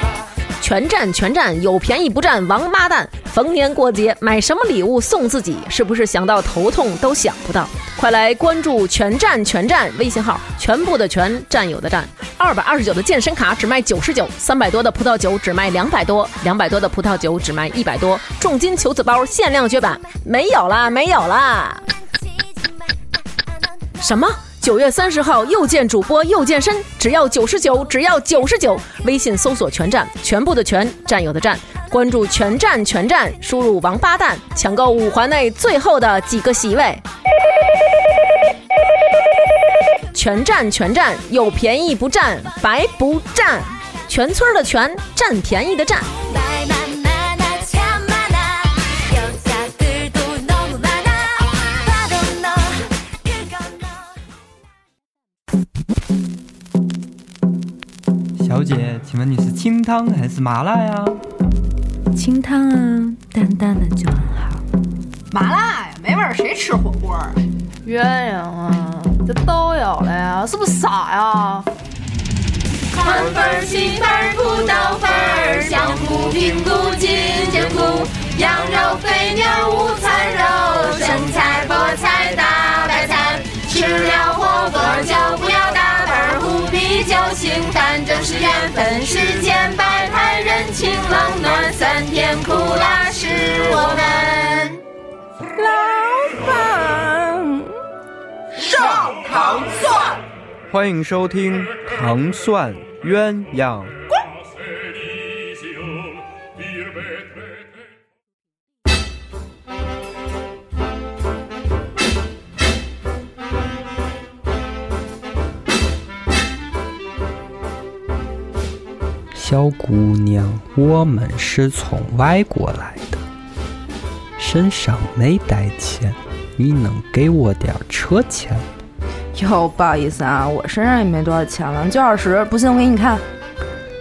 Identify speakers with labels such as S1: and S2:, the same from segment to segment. S1: 아,
S2: 全占全占，有便宜不占王八蛋。逢年过节买什么礼物送自己，是不是想到头痛都想不到？快来关注“全站全站”微信号，全部的全，占有的占。二百二十九的健身卡只卖九十九，三百多的葡萄酒只卖两百多，两百多的葡萄酒只卖一百多。重金求子包限量绝版，没有啦，没有啦！什么？九月三十号又见主播又健身，只要九十九，只要九十九。微信搜索“全站”，全部的全，占有的占，关注“全站全站”，输入“王八蛋”，抢购五环内最后的几个席位。全占全占，有便宜不占，白不占。全村的全，占便宜的占。
S3: 말만 많아 참 많아 여자들도 너무 많아 바로 너 그건
S1: 아.
S3: 너
S4: 小姐，请问你是清汤还是麻辣呀？
S5: 清汤啊，淡淡的就很好。
S6: 麻辣呀，没味儿，谁吃火锅啊？鸳鸯啊，这都有了呀，是不是傻呀？
S1: 看分儿、析分儿、不到分儿，相互评估进京估，羊肉、肥牛、午餐肉、生菜、菠菜、大白菜，吃了火锅就不要打本儿，胡啤酒清淡正是缘分，世间百态人情冷暖，酸甜苦辣是我们。
S4: 欢迎收听《糖蒜鸳鸯》。小姑娘，我们是从外国来的，身上没带钱，你能给我点儿车钱？
S6: 哟，不好意思啊，我身上也没多少钱了，就二十，不信我给你看。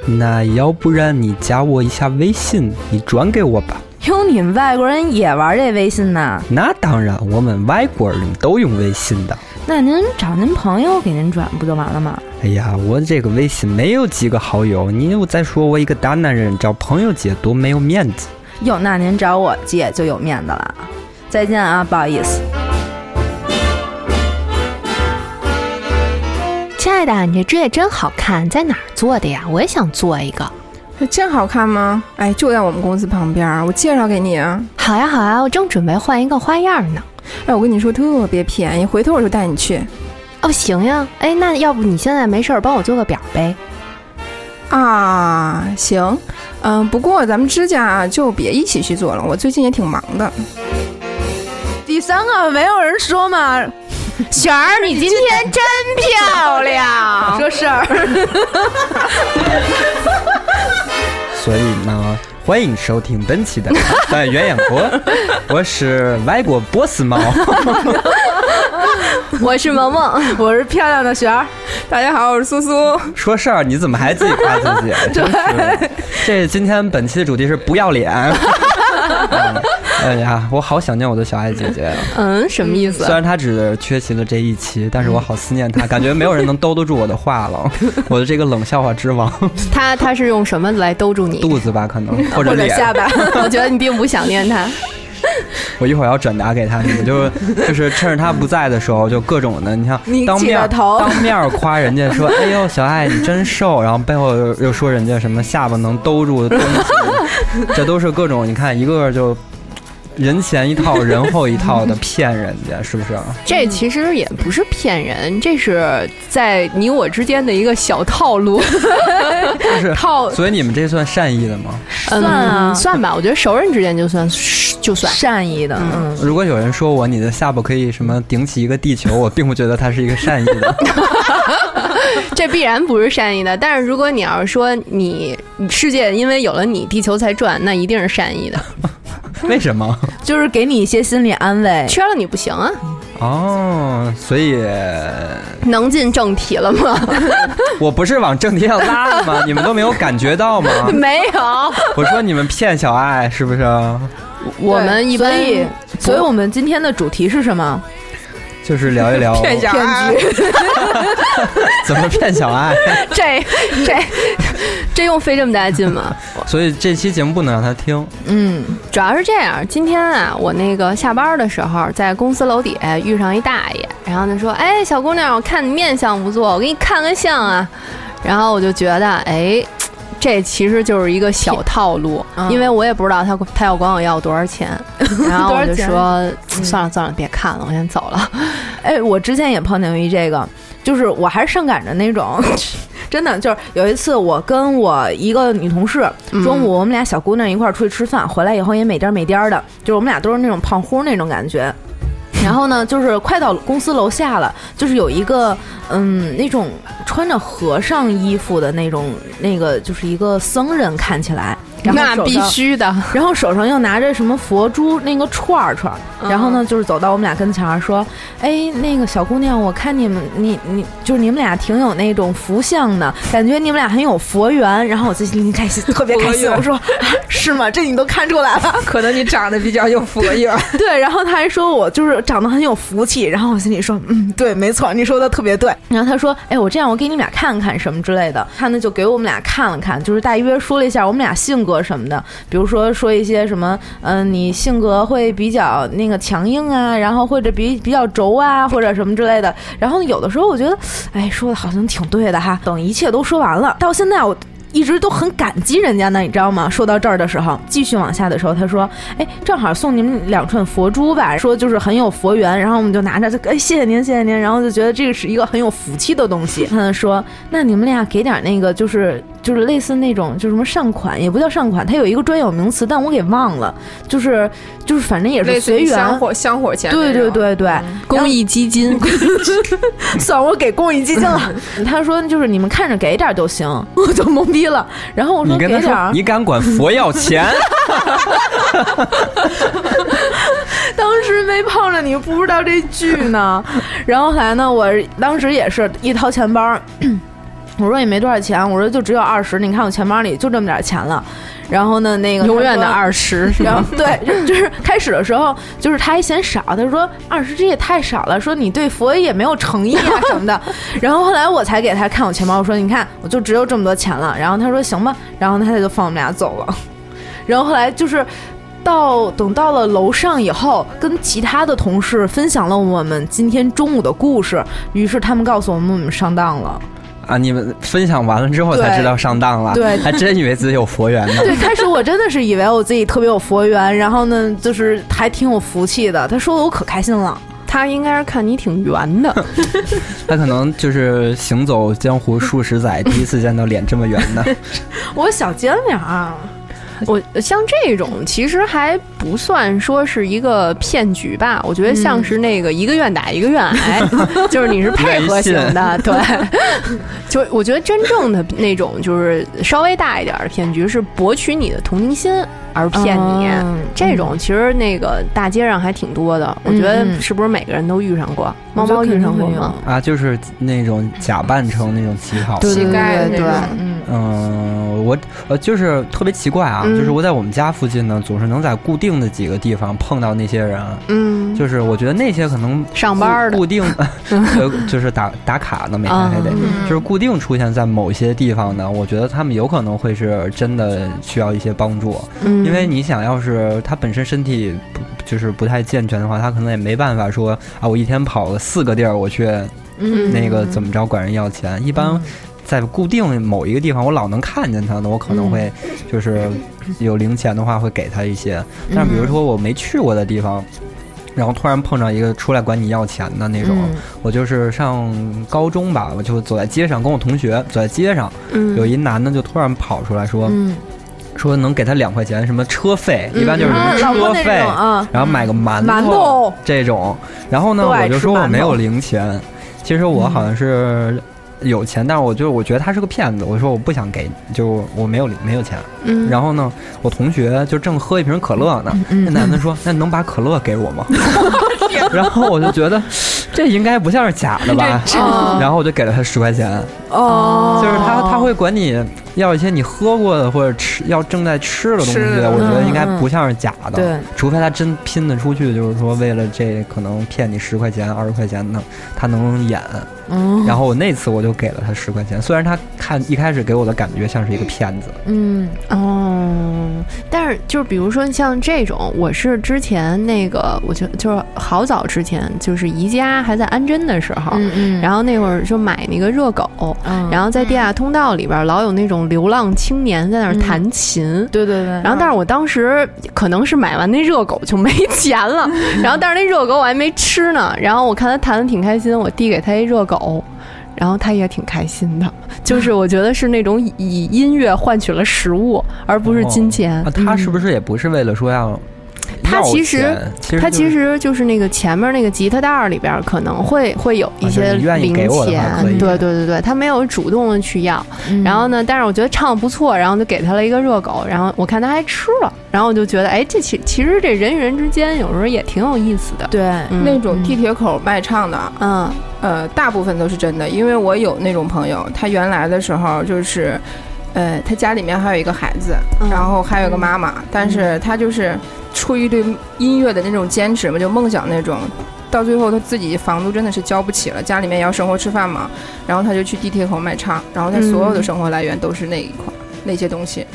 S4: 那要不然你加我一下微信，你转给我吧。
S6: 哟，你们外国人也玩这微信呐？
S4: 那当然，我们外国人都用微信的。
S6: 那您找您朋友给您转不就完了吗？
S4: 哎呀，我这个微信没有几个好友，你又在说我一个大男人找朋友借多没有面子。
S6: 哟，那您找我借就有面子了。再见啊，不好意思。
S7: 亲爱
S6: 啊
S7: 的，你这指甲真好看，在哪儿做的呀？我也想做一个。
S8: 真好看吗？哎，就在我们公司旁边儿，我介绍给你啊。
S7: 好呀好呀，我正准备换一个花样呢。
S8: 哎，我跟你说特别便宜，回头我就带你去
S7: 哦，行呀，哎，那要不你现在没事儿帮我做个表呗？
S8: 啊。行，嗯，不过咱们指甲就别一起去做了，我最近也挺忙的。
S6: 第三个没有人说嘛，璇儿，你今天真漂亮。说事儿，
S4: 所以呢，欢迎收听本期的 《在鸳鸯国》，我是外国波斯猫。
S7: 我是萌萌，
S6: 我是漂亮的璇儿。
S8: 大家好，我是苏苏。
S7: 哦
S4: 说事儿你怎么还自己夸自己？真是。这今天本期的主题是不要脸。嗯哎呀，我好想念我的小爱姐姐啊。
S7: 嗯，什么意思
S4: 虽然他只缺席了这一期，但是我好思念他，感觉没有人能兜得住我的话了，我的这个冷笑话之王，
S7: 他他是用什么来兜住
S6: 嗯
S7: 你？
S4: 肚子吧可能或者
S7: 或者
S4: 脸，
S7: 下巴？我觉得你并不想念他。
S4: 我一会儿要转达给他，你们就就是趁着他不在的时候，就各种的，你像
S6: 你
S4: 当
S6: 起
S4: 面
S6: 了头
S4: 当面夸人家说，哎呦小爱你真瘦，然后背后又又说人家什么下巴能兜住东西，这都是各种你看一个个就。人前一套，人后一套的骗人家，是不啊是？
S6: 嗯
S7: 这其实也不是骗人，这是在你我之间的一个小 套路，
S4: 就是
S7: 套
S4: 所以你们这算善意的吗？
S7: 嗯
S6: 算啊
S7: 算吧，我觉得熟人之间就算 就算。
S6: 善意的，嗯，
S4: 如果有人说我你的下巴可以什么顶起一个地球，我并不觉得他是一个善意的。
S7: 这必然不是善意的，但是如果你要是说你世界因为有了你，地球才转，那一定是善 意的。
S4: 为什么？
S6: 就是给你一些心理安慰。
S7: 缺了你不行啊！
S4: 哦，所以
S7: 能进正题了吗？
S4: 我不是往正题上拉的吗？你们都没有感觉到吗？
S7: 没有，
S4: 我说你们骗小爱是不是？
S7: 我们一般
S6: 所以，所以我们今天的主题是什么？
S4: 就是聊一聊
S8: 骗小爱，
S4: 怎么骗小爱。
S7: 这这 这用费这么大劲吗？
S4: 所以这期节目不能让他听。
S8: 嗯，
S7: 主要是这样，今天啊，我那个下班的时候在公司楼底下遇上一大爷，然后就说：“哎，小姑娘，我看你面相不错，我给你看个相啊。”然后我就觉得，哎，这其实就是一个小套路，
S8: 嗯
S7: 因为我也不知道他他要管我要多少钱，然后我就
S8: 多
S7: 说：“嗯算了算了，别看了，我先走了。
S6: 哎，我之前也碰见过一这个，就是我还是上赶着那种， 真的就是有一次我跟我一个女同事，
S7: 嗯
S6: 中午我们俩小姑娘一块儿出去吃饭，回来以后也美颠儿美颠儿的，就是我们俩都是那种胖乎那种感 觉。然后呢，就是快到公司楼下了，就是有一个嗯，那种穿着和尚衣服的那种，那个就是一个僧人，看起来，然后
S7: 那
S6: 手
S7: 必
S6: 上
S7: 须的，
S6: 然后手上又拿着什么佛珠那个串儿串儿，然后呢，就是走到我们俩跟前儿说：“哎，那个小姑娘，我看你们，你你就是你们俩挺有那种福相的，感觉你们俩很有佛缘。”然后我最近开心，特别开心，我说、啊是吗？这你都看出来了。
S8: 可能你长得比较有佛 缘。
S6: 对，然后他还说我就是长得很有福气，然后我心里说，嗯，对，没错，你说的特别对。然后他说，哎，我这样，我给你们俩看看什么之类的。他呢就给我们俩看了看，就是大约说了一下我们俩性格什么的，比如说说一些什么，嗯、你性格会比较那个强硬啊，然后或者比比较轴啊，或者什么之类的。然后有的时候我觉得，哎，说的好像挺对的哈。等一切都说完了，到现在我。一直都很感激人家呢，你知道吗？说到这儿的时候，继续往下的时候，他说：“哎，正好送你们两串佛珠吧，说就是很有佛缘。”然后我们就拿着，哎，谢谢您，谢谢您。然后就觉得这个是一个很有福气的东西。他说：“那你们俩给点那个，就是就是类似那种，就是什么善款，也不叫善款，它有一个专有名词，但我给忘了，就是就是反正也是随缘
S8: 香。火香火钱，
S6: 对对，对对，
S7: 公益基金。
S6: 嗯 算我给公益基金了。 他说就是你们看着给点儿就行， 我就懵逼了。然后我说啊
S4: 你
S6: 给
S4: 跟他
S6: 点儿
S4: 说，你敢管佛要 钱？
S6: 当时没碰着你，不知道这剧 呢。然后后来呢，我当时也是一掏钱包， 我说也没多少钱，我说就只有二十，你看我钱包里就这么点钱了。然后呢，那个
S7: 永远的
S6: 十。
S7: 二十，
S6: 然后对，就就是开始的时候，就是他还嫌少，他说二十这也太少了，说你对佛也没有诚意 啊什么的。然后后来我才给他看我钱包，我说你看我就只有这么多钱了。然后他说行吧，然后他就放我们俩走了。然后后来就是。到等到了楼上以后，跟其他的同事分享了我们今天中午的故事，于是他们告诉我们我们上当了。
S4: 啊，你们分享完了之后才
S6: 对
S4: 知道上当了，
S6: 对
S4: 还真以为自己有佛缘呢。
S6: 对，开始我真的是以为我自己特别有佛缘，然后呢，就是还挺有福气的。他说的我可开心了。
S7: 他应该是看你挺圆的，
S4: 他可能就是行走江湖数十载，第一次见到脸这么圆的。
S6: 我小尖脸儿，
S7: 啊我像这种其实还不算说是一个骗局吧，我
S6: 嗯
S7: 觉得像是那个一个愿打一个愿 挨，就是你是配合型的，对。 就我觉得真正的那种就是稍微大一点儿的骗局是博取你的同情心而骗你，
S6: 嗯
S7: 这种其实那个大街上还挺多的，我觉得
S6: 嗯嗯
S7: 是不是每个人都遇上过？猫
S6: 我觉得
S7: 猫遇上过
S6: 肯定会
S7: 吗
S6: 有？
S4: 啊，就是那种假扮成那种乞讨。
S8: 乞丐
S7: 对对
S8: 那种，
S6: 嗯，
S4: 嗯，我呃就是特别奇怪啊，
S7: 嗯
S4: 就是我在我们家附近呢，总是能在固定的几个地方碰到那些人，
S7: 嗯，
S4: 就是我觉得那些可能
S7: 上班儿的
S4: 固 定，呃就是打打卡呢，每天还得。
S7: 嗯
S6: 嗯
S4: 就是固定出现在某些地方呢，我觉得他们有可能会是真的需要一些帮助，
S7: 嗯
S4: 因为你想要是他本身身体不就是不太健全的话，他可能也没办法说啊，我一天跑了四个地儿，我去
S6: 嗯
S4: 那个怎么着管人要钱。一般在固定某一个地方，我老能看见他呢，我可能会就是有零钱的话会给他一些。但比如说我没去过的地方。然后突然碰上一个出来管你要钱的那种，我就是上高中吧，我就走在街上，跟我同学走在街上，
S7: 嗯
S4: 有一男的就突然跑出来说，
S6: 嗯，
S4: 说能给他两块钱，什么车费，一般就是什
S6: 啊
S4: 么
S6: 老婆
S4: 车
S6: 那
S4: 费，
S6: 种啊，
S4: 然后买个馒
S6: 馒头
S4: 这种。然后呢，
S6: 都爱
S4: 我就
S6: 吃
S4: 说
S6: 馒
S4: 我
S6: 头嗯
S4: 没有零钱，其实我好像是有钱，但是我就我觉得他是个骗子，我说我不想给，就我没有零没有钱。
S7: 嗯
S4: 然后
S6: 嗯
S4: 呢，我同学就正喝一瓶可乐呢，那男的说：“那能把可乐给我吗？” 然后我就觉 得这应该不像是假的吧，
S7: 嗯
S4: 然后我就给了他十块钱。
S6: 哦
S4: 就是他他会管你要一些你喝过的或者吃要正在吃的东西，
S8: 吃的
S4: 我觉得应该
S6: 嗯
S4: 不像是假的。
S6: 对，
S7: 嗯
S4: 除非他真拼得出去，就是说为了这可能骗你十块钱、二十块钱的，他能演。
S6: 嗯
S4: 然后我那次我就给了他十块钱，虽然他看一开始给我的感觉像是一个骗子，
S6: 嗯
S7: 哦，但是就是比如说像这种，我是之前那个，我觉得就是好早之前，就是宜家还在安贞的时候，
S6: 嗯
S7: 然后那会儿就买那个热狗，
S6: 后
S7: 然后在地下通道里边儿老有那种流浪青年在那儿
S6: 嗯
S7: 弹琴。
S6: 对对对，
S7: 然后，但是我当时可能是买完那热狗就没钱了，然后但是那热狗我还没吃呢。然后我看他弹的挺开心，我递给他一热狗，然后他也挺开心的。就是我觉得是那种以以音乐换取了食物，而不是金钱。嗯
S4: 啊他是不是也不是为了说要？
S7: 他
S4: 要
S7: 其实
S4: 钱其实
S7: 他
S4: 就是
S7: 其实就是那个前面那个吉他袋儿里边儿可能会会有一
S4: 啊就
S7: 些
S4: 是你愿意
S7: 零
S4: 给我的话
S7: 钱
S4: 可以，
S7: 对对对对，他没有主动的去要。
S8: 嗯
S6: 嗯
S7: 然后呢，但是我觉得唱得不错，然后就给他了一个热狗，然后我看他还吃了，然后我就觉得，哎，这其其实这人与人之间有时候也挺有意思的。
S6: 对，
S7: 嗯
S8: 那种地铁口卖唱的，啊
S7: 嗯
S8: 呃，大部分都是真的，因为我有那种朋友，他原来的时候就是，呃，他家里面还有一个孩子，
S7: 嗯
S8: 然后还有个妈妈，但是他就是出于对音乐的那种坚持嘛，就梦想那种。到最后，他自己房租真的是交不起了，家里面也要生活吃饭嘛，然后他就去地铁口卖唱，然后他所有的生活来源都是那一块、那些东西，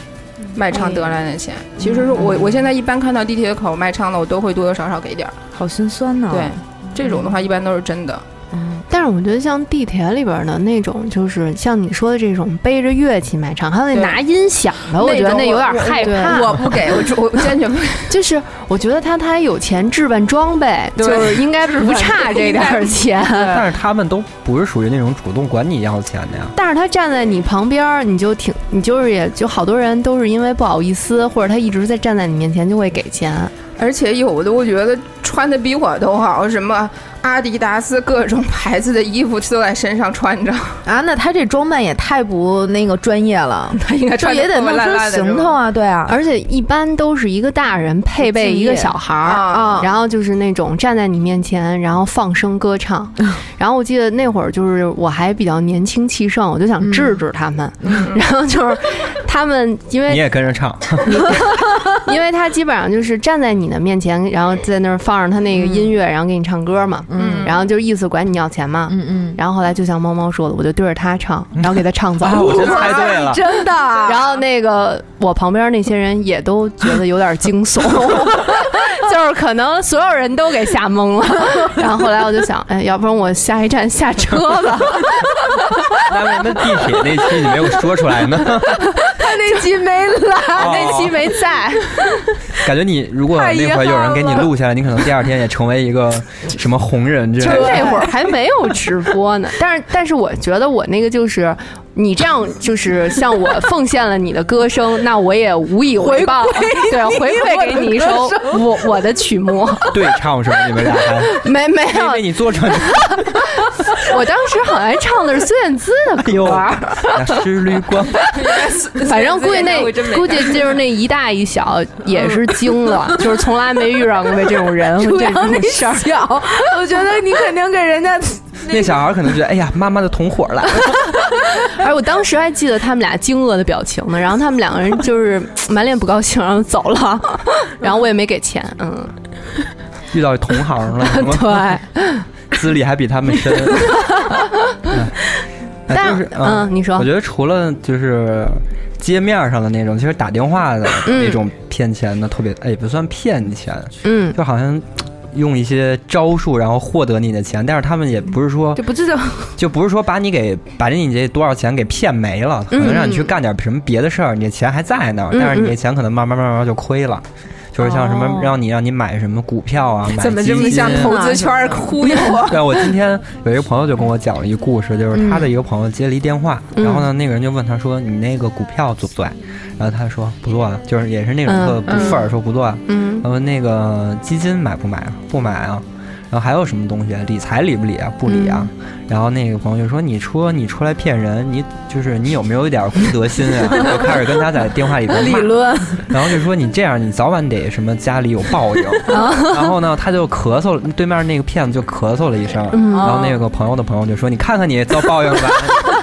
S8: 卖唱得来的钱。其实是我我现在一般看到地铁口卖唱的，我都会多多少少给点儿。
S6: 好心酸呐，
S8: 对，这种的话一般都是真的。
S6: 嗯，
S7: 但是我觉得像地铁里边的那种，就是像你说的这种背着乐器买唱，还有那
S8: 对
S7: 拿音响的，我觉得
S8: 种
S7: 那有点害怕。
S8: 我不给，我就 我坚决不给。
S7: 就是我觉得他他还有钱置办装备，就是应该不差这点儿钱。
S4: 但是他们都不是属于那种主动管你要钱的呀。
S7: 但是他站在你旁边儿，你就挺，你就是也就好多人都是因为不好意思，或者他一直在站在你面前就会给钱。
S8: 而且有的我觉得穿的比我都好，什么阿迪达斯各种牌子的衣服都在身上穿着，
S6: 啊，那他这装扮也太不那个专业了，
S8: 他应该
S6: 这
S8: 哎穿
S6: 也得
S8: 破破
S6: 弄
S8: 烂
S6: 出
S8: 烂的。
S6: 行头啊，对 啊，
S7: 而且一般都是一个大人配备一个小孩儿，
S8: 啊
S7: 然后就是那种站在你面前，然后放声歌唱。然后我记得那会儿就是我还比较年轻气盛，我就想制止他们。然后就是他们，因为
S4: 你也跟着 唱，
S7: 因为他基本上就是站在你的面前，然后在那儿放着他那个音乐，然后给你唱歌嘛，
S6: 嗯
S7: 然后就意思管你要钱嘛，
S6: 嗯嗯，
S7: 然后后来就像猫猫说的，我就对着他唱，然后给他唱 走。
S4: 啊，我真 猜对了。
S6: 真的，
S7: 然后那个我旁边那些人也都觉得有点 惊悚，就是可能所有人都给吓 懵了。然后后来我就想，哎，要不然我下一站下车吧。
S4: 那为什么地铁那期你没有说出来呢？
S6: 那期没来，
S7: 那期没在，
S4: 感觉你如果那会儿有人给你录下来，你可能第二天也成为一个什么红人之
S7: 就
S4: 类
S7: 是
S4: 的。
S7: 那会儿还没有直播呢。但是，但是我觉得我那个就是。你这样就是向我奉献了你的歌声，那我也无以回报，对，回馈给你一首我我的曲 目，
S4: 对唱是吧？你们俩 还
S7: 没没
S4: 因
S7: 有
S4: 为，你做成
S7: 我当时好像还唱的是孙燕姿的
S4: 哎呦
S7: 歌儿，
S4: 那是绿光，
S7: 反正估计那估计就是那一大一小
S6: 嗯
S7: 也是惊了，就是从来没遇上过这种人和这种事儿。
S6: 小， 我觉得你肯定给人家
S4: 那小孩可能觉得哎呀，妈妈的同伙来了。
S7: 而哎我当时还记得他们俩惊愕的表情呢，然后他们两个人就是 满脸不高兴，然后走了，然后我也没给钱，嗯，
S4: 遇到同行了，是吗
S7: 对，
S4: 资历还比他们 深。哎哎
S7: 但
S4: 就是
S7: 嗯，你说
S4: 我觉得除了就是街面上的那种，其实打电话的那种骗钱的，特别哎，也不算骗钱，
S7: 嗯，
S4: 就好像。用一些招数，然后获得你的钱，但是他们也不是说
S8: 这不知道
S4: 就不是说把你给把你这多少钱给骗没了，可能让你去干点什么别的事儿，你的钱还在那儿，
S8: 嗯
S4: 但是你的钱可能慢慢慢慢就亏了。就是像什么让你让你买什么股票啊，买
S8: 怎么这么
S4: 基金
S8: 像投
S7: 啊
S8: 资圈儿 忽悠我？
S4: 对，我今天有一个朋友就跟我讲了一个故事，
S8: 嗯
S4: 就是他的一个朋友接了一电话，然后呢，那个人就问他说：“你那个股票做不做？”然后他说：“不做。”啊，就是
S8: 嗯
S4: 也是那种特不份儿，说不做。啊。
S7: 嗯
S4: 他说：“那个基金买不买啊？不买啊。”然后还有什么东西啊？理财理不理啊？不理啊？
S6: 嗯
S4: 然后那个朋友就说：“你说你出来骗人，你就是你有没有一点公德心啊？” 就开始跟他在电话里边
S6: 理
S4: 骂，
S6: 论，
S4: 然后就说：“你这样，你早晚得什么家里有报应。”然后呢，他就咳嗽了，对面那个骗子就咳嗽了一声，
S7: 嗯
S4: 然后那个朋友的朋友就说：“你看看你遭报应了吧，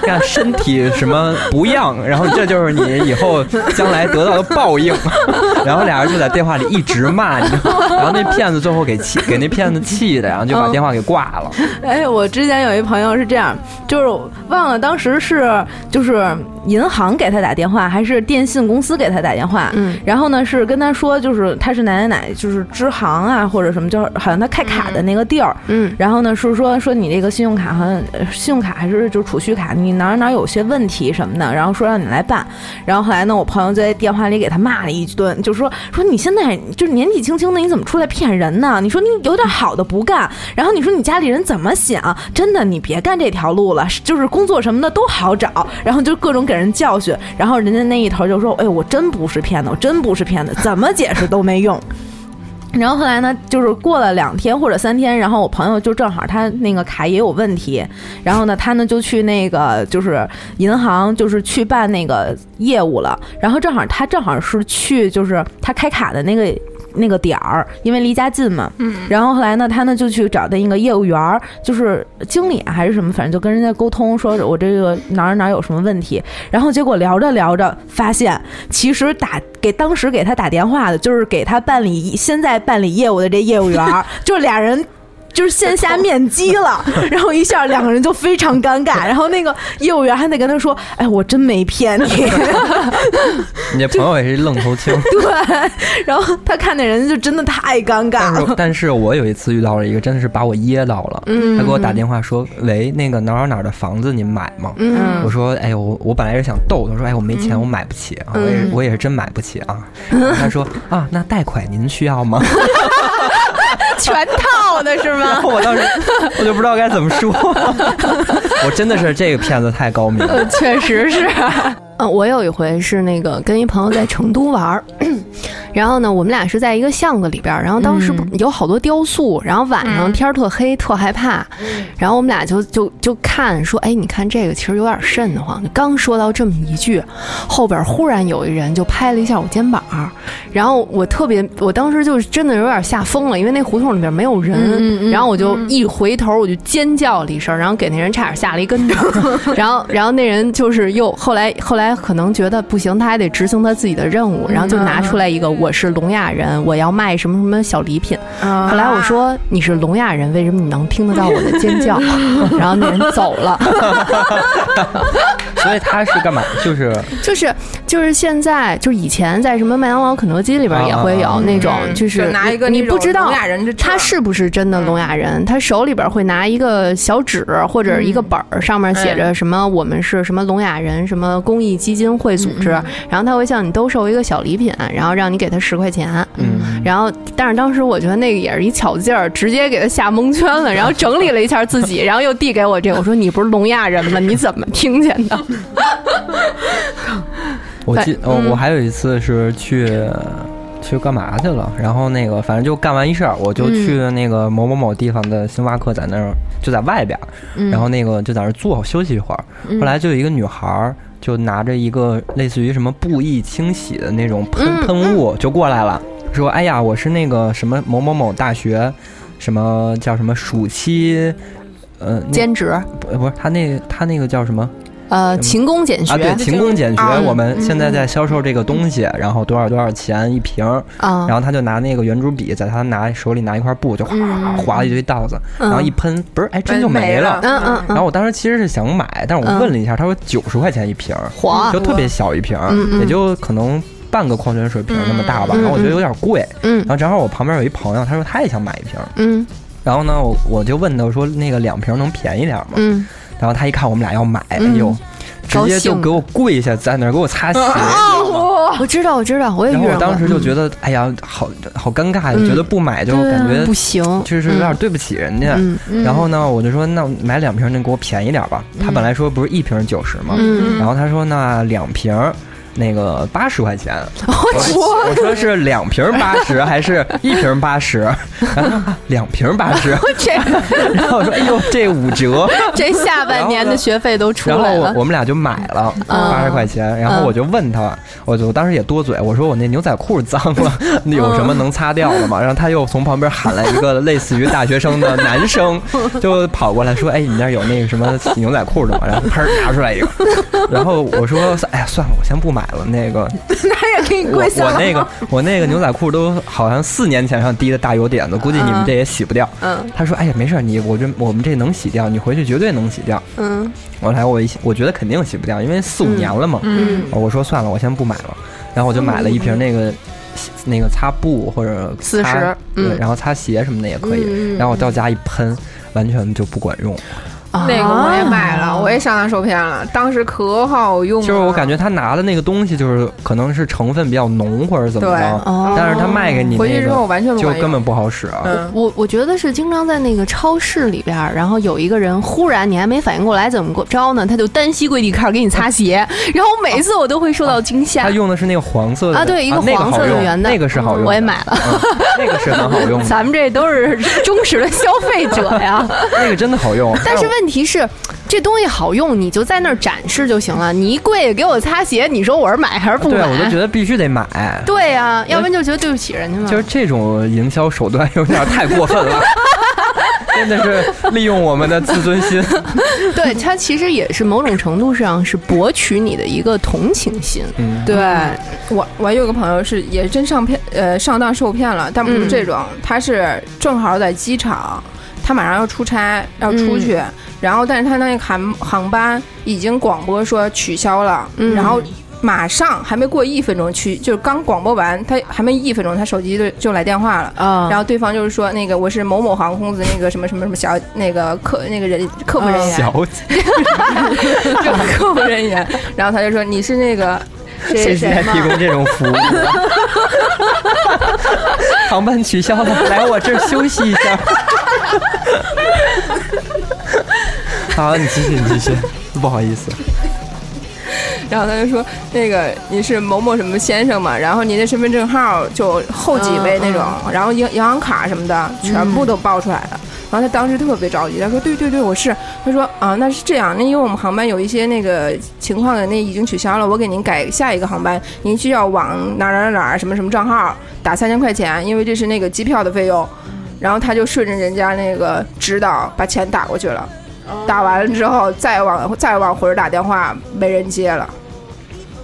S4: 你看身体什么不恙，然后这就是你以后将来得到的报应。” 然后俩人就在电话里一直骂你，然后那骗子最后给气给那骗子气的，然后就把电话给挂了。
S6: 哎，我之前有一朋友是这样，就是我忘了当时是就是银行给他打电话，还是电信公司给他打电话。
S7: 嗯
S6: 然后呢，是跟他说，就是他是奶奶奶，就是支行啊或者什么，就是好像他开卡的那个地儿。
S7: 嗯
S6: 然后呢，是说说你这个信用卡好像呃信用卡还是就是储蓄卡，你哪儿哪儿有些问题什么的，然后说让你来办。然后后来呢，我朋友就在电话里给他骂了一顿，就说说你现在就是年纪轻轻的，你怎么出来骗人呢？你说你有点好的不干，然后你说你家里人怎么想？真的，你别干这条路了，是就是工作什么的都好找。然后就各种给人教训，然后人家那一头就说：“哎，我真不是骗子，我真不是骗子，怎么解释都没用。”然后后来呢，就是过了两天或者三天，然后我朋友就正好他那个卡也有问题，然后呢，他呢就去那个就是银行，就是去办那个业务了。然后正好他正好是去就是他开卡的那个那个点儿，因为离家近嘛。嗯。然后后来呢，他呢就去找那个业务员儿，就是经理啊还是什么，反正就跟人家沟通，说我这个哪儿哪儿有什么问题。然后结果聊着聊着，发现其实打给当时给他打电话的，就是给他办理现在办理业务的这业务员 儿，就俩人。就是线下面基了，然后一下两个人就非常尴尬，然后那个业务员还得跟他说：“哎，我真没骗 你。”
S4: 你这朋友也是愣头青。
S6: 对，然后他看那人就真的太尴尬
S4: 但
S6: 了。
S4: 是，但是我有一次遇到了一个，真的是把我噎到了。他给我打电话说：“喂，那个哪儿哪儿的房子你买吗？”
S6: 嗯
S4: 我说：“哎呦，我我本来是想逗他，说哎我没钱，我买不起啊，我也是我也是真买不起啊。”然后他说：“啊，那贷款您需要吗？”
S7: 全套的是
S4: 然
S7: 吗？
S4: 后我当时我就不知道该怎么说，我真的是这个骗子太高明了。
S7: 确实是。 嗯，我有一回是那个跟一朋友在成都玩儿，然后呢，我们俩是在一个巷子里边儿，然后当时不有好多雕塑，然后晚上天儿特黑，特害怕，然后我们俩就就就看说，哎，你看这个其实有点瘆得慌。刚说到这么一句，后边忽然有一人就拍了一下我肩膀儿，然后我特别，我当时就是真的有点吓疯了，因为那胡同里边没有人，然后我就一回头我就尖叫了一声，然后给那人差点吓了一跟头。然后，然后那人就是又后来后来可能觉得不行，他还得执行他自己的任务，然后就拿出来一个我是聋哑人，我要卖什么什么小礼品。
S8: 啊
S7: 啊后
S8: 嗯
S7: 来我说你是聋哑人，为什么你能听得到我的尖叫？ 然后那人走了。
S4: 所以他是干嘛？就是
S7: 就是就是现在就是以前在什么麦当劳、肯德基里边也会有
S4: 啊
S7: 那种，就是
S8: 就拿一个
S7: 你
S8: 那种
S7: 不知道
S8: 聋哑人的证
S7: 他是不是真的聋哑人，他手里边会拿一个小纸或者一个本儿，上面写着什么我们是什么聋哑人什么公益基金会组织，然后他会向你兜售一个小礼品，然后让你给他十块钱。
S4: 嗯，
S7: 然后，但是当时我觉得那个也是一巧劲儿，直接给他吓蒙圈了。然后整理了一下自己，然后又递给我这个，我说你不是聋哑人吗？你怎么听见的？
S4: 我记，哦
S7: 嗯
S4: 我还有一次是去。去干嘛去了？然后那个，反正就干完一事儿，我就去
S7: 嗯
S4: 那个某某某地方的星巴克，在那儿就在外边儿，
S7: 嗯
S4: 然后那个就在那儿坐休息一会儿。后来就有一个女孩儿，就拿着一个类似于什么布艺清洗的那种喷、
S7: 嗯
S4: 喷雾就过来了，说：“哎呀，我是那个什么某某某大学，什么叫什么暑期，呃，那
S7: 嗯兼职，
S4: 不不是他那他那个叫什么？”
S7: 呃，勤工俭学
S4: 啊，对，勤工俭学，
S7: 啊
S4: 我们现在在销售这个东西，然后多少多少钱一瓶儿，
S7: 啊嗯
S4: 然后他就拿那个圆珠笔，在他拿手里拿一块布，就哗划了一堆道子，然后一喷，不是，哎，真就没了。
S7: 嗯嗯
S4: 然
S7: 嗯，
S4: 后我当时其实是想买，但是我问了一下，他说九十块钱一瓶儿，
S7: 火，
S4: 就特别小一瓶儿
S7: 嗯，嗯
S4: 也就可能。半个矿泉水瓶儿那么大吧，
S7: 嗯嗯
S4: 然后我觉得有点贵，
S7: 嗯
S4: 然后正好我旁边有一朋友，他说他也想买一瓶儿，
S7: 嗯
S4: 然后呢，我我就问他，我说那个两瓶儿能便宜点儿吗？
S7: 嗯，
S4: 然后他一看我们俩要买，哎
S7: 嗯
S4: 呦，直
S7: 高
S4: 接就
S7: 兴哦
S4: 给我跪下在那儿给我擦鞋。
S7: 我知道我知道，我也遇
S4: 然后我
S7: 上
S4: 当时
S7: 过，
S4: 就觉得，哎呀，好好尴尬呀，
S7: 嗯
S4: 觉得不买就
S7: 对啊
S4: 感觉
S7: 不行，
S4: 就是有点对不起人家。
S7: 嗯
S4: 然后呢，我就说那买两瓶，那给我便宜点吧。他本来说不是一瓶九十吗？
S7: 嗯
S4: 然后他说那两瓶儿，那个八十块 钱，我我说是两瓶八十还是一瓶八十？ 然后他说啊 两瓶八十，
S7: 这
S4: 然后我说哎呦这五折，
S7: 这下半年的学费都出
S4: 然后
S7: 来
S4: 我
S7: 了。
S4: 我们俩就买了
S7: 嗯
S4: 八十块钱，然后我就问他，我就我当时也多嘴，我说我那牛仔裤脏了，
S6: 嗯
S4: 你有什么能擦掉的吗？然后他又从旁边喊来一个类似于大学生的男生，就跑过来说，哎，你那儿有那个什么洗牛仔裤的吗？然后砰拿出来一个，然后我说，哎呀，算了，我先不买了，那个
S6: 那也给你
S4: 我
S6: 跪下
S4: 我
S6: 了。
S4: 那 个我那个牛仔裤都好像四年前上滴的大油点子，估计你们这也洗不掉。
S7: 嗯
S4: 他说：“哎呀，没事儿，你我这我们这能洗掉，你回去绝对能洗掉。”
S7: 嗯，
S4: 后来我一想我觉得肯定洗不掉，因为四五年了嘛。
S7: 嗯
S4: 我说算了，我先不买了。然后我就买了一瓶那个、那个擦布或者
S7: 四
S4: 擦
S7: 十
S4: 对
S7: 嗯
S4: 然后擦鞋什么的也可以。
S7: 嗯嗯嗯嗯
S4: 然后我到家一喷，完全就不管用。
S8: 那个我也买了，我也上当受骗了，当时可好用了。
S4: 就是我感觉他拿的那个东西，就是可能是成分比较浓或者怎么
S8: 对
S4: 着，
S7: 哦
S4: 但是他卖给你
S8: 回去
S4: 那
S8: 之后
S4: 个
S8: 完全不
S4: 就
S8: 管用
S4: 根本不好使啊。
S8: 嗯
S7: 我我觉得是经常在那个超市里边儿，然后有一个人忽然你还没反应过来怎么着呢，他就单膝跪地开始给你擦 鞋，然后我每次我都会受到惊吓
S4: 他。用的是那个黄色的
S7: 啊对一个
S4: 那
S7: 黄色的
S4: 好用
S7: 圆的
S4: 那个是好用的，
S7: 我也买了
S4: 嗯，那个是很好 用的，
S7: 咱们这都是忠实的消费者 呀。
S4: 那个真的好用。
S7: 但是问题是，这东西好用，你就在那儿展示就行了。你一跪给我擦鞋，你啊说我是买还是不
S4: 对，
S7: 买？
S4: 我就觉得必须得买。
S7: 对呀、要不然就觉得对不起人家嘛。
S4: 就是这种营销手段有点太过分 了，真的是利用我们的自尊心。
S7: 对它其实也是某种程度上是博取你的一个同情心。
S4: 嗯，
S8: 对我，我有个朋友是也真上骗，呃，上当受骗了，但不是这种，他是正好在机场，他马上要出差，要出去，然后但是他那个航航班已经广播说取消了，
S7: 嗯
S8: 然后马上还没过一分钟去，就是刚广播完，他还没一分钟，他手机就就来电话了。
S7: 啊
S8: 然后对方就是说，那个我是某某航空的那个什么什么什么小那个客那个人客服人员，
S4: 小姐，
S8: 就客服人员，然后他就说你是那个谁
S4: 谢谢
S8: 谁
S4: 提
S8: 吗？
S4: 供这种服务。 航班取消了，来我这儿休息一 下。好，你继续，你继续，不好意思。
S8: 然后他就说那个你是某某什么先生嘛，然后您的身份证号就后几位那种，然后银银行卡什么的全部都报出来了。然后他当时特别着急，他说：“对对对，我是。”他说：“啊，那是这样，那因为我们航班有一些那个情况，那已经取消了，我给您改下一个航班，您需要往哪儿哪儿哪儿什么什么账号打三千块钱，因为这是那个机票的费用。”然后他就顺着人家那个指导把钱打过去了，打完了之后再往再往回打电话没人接了，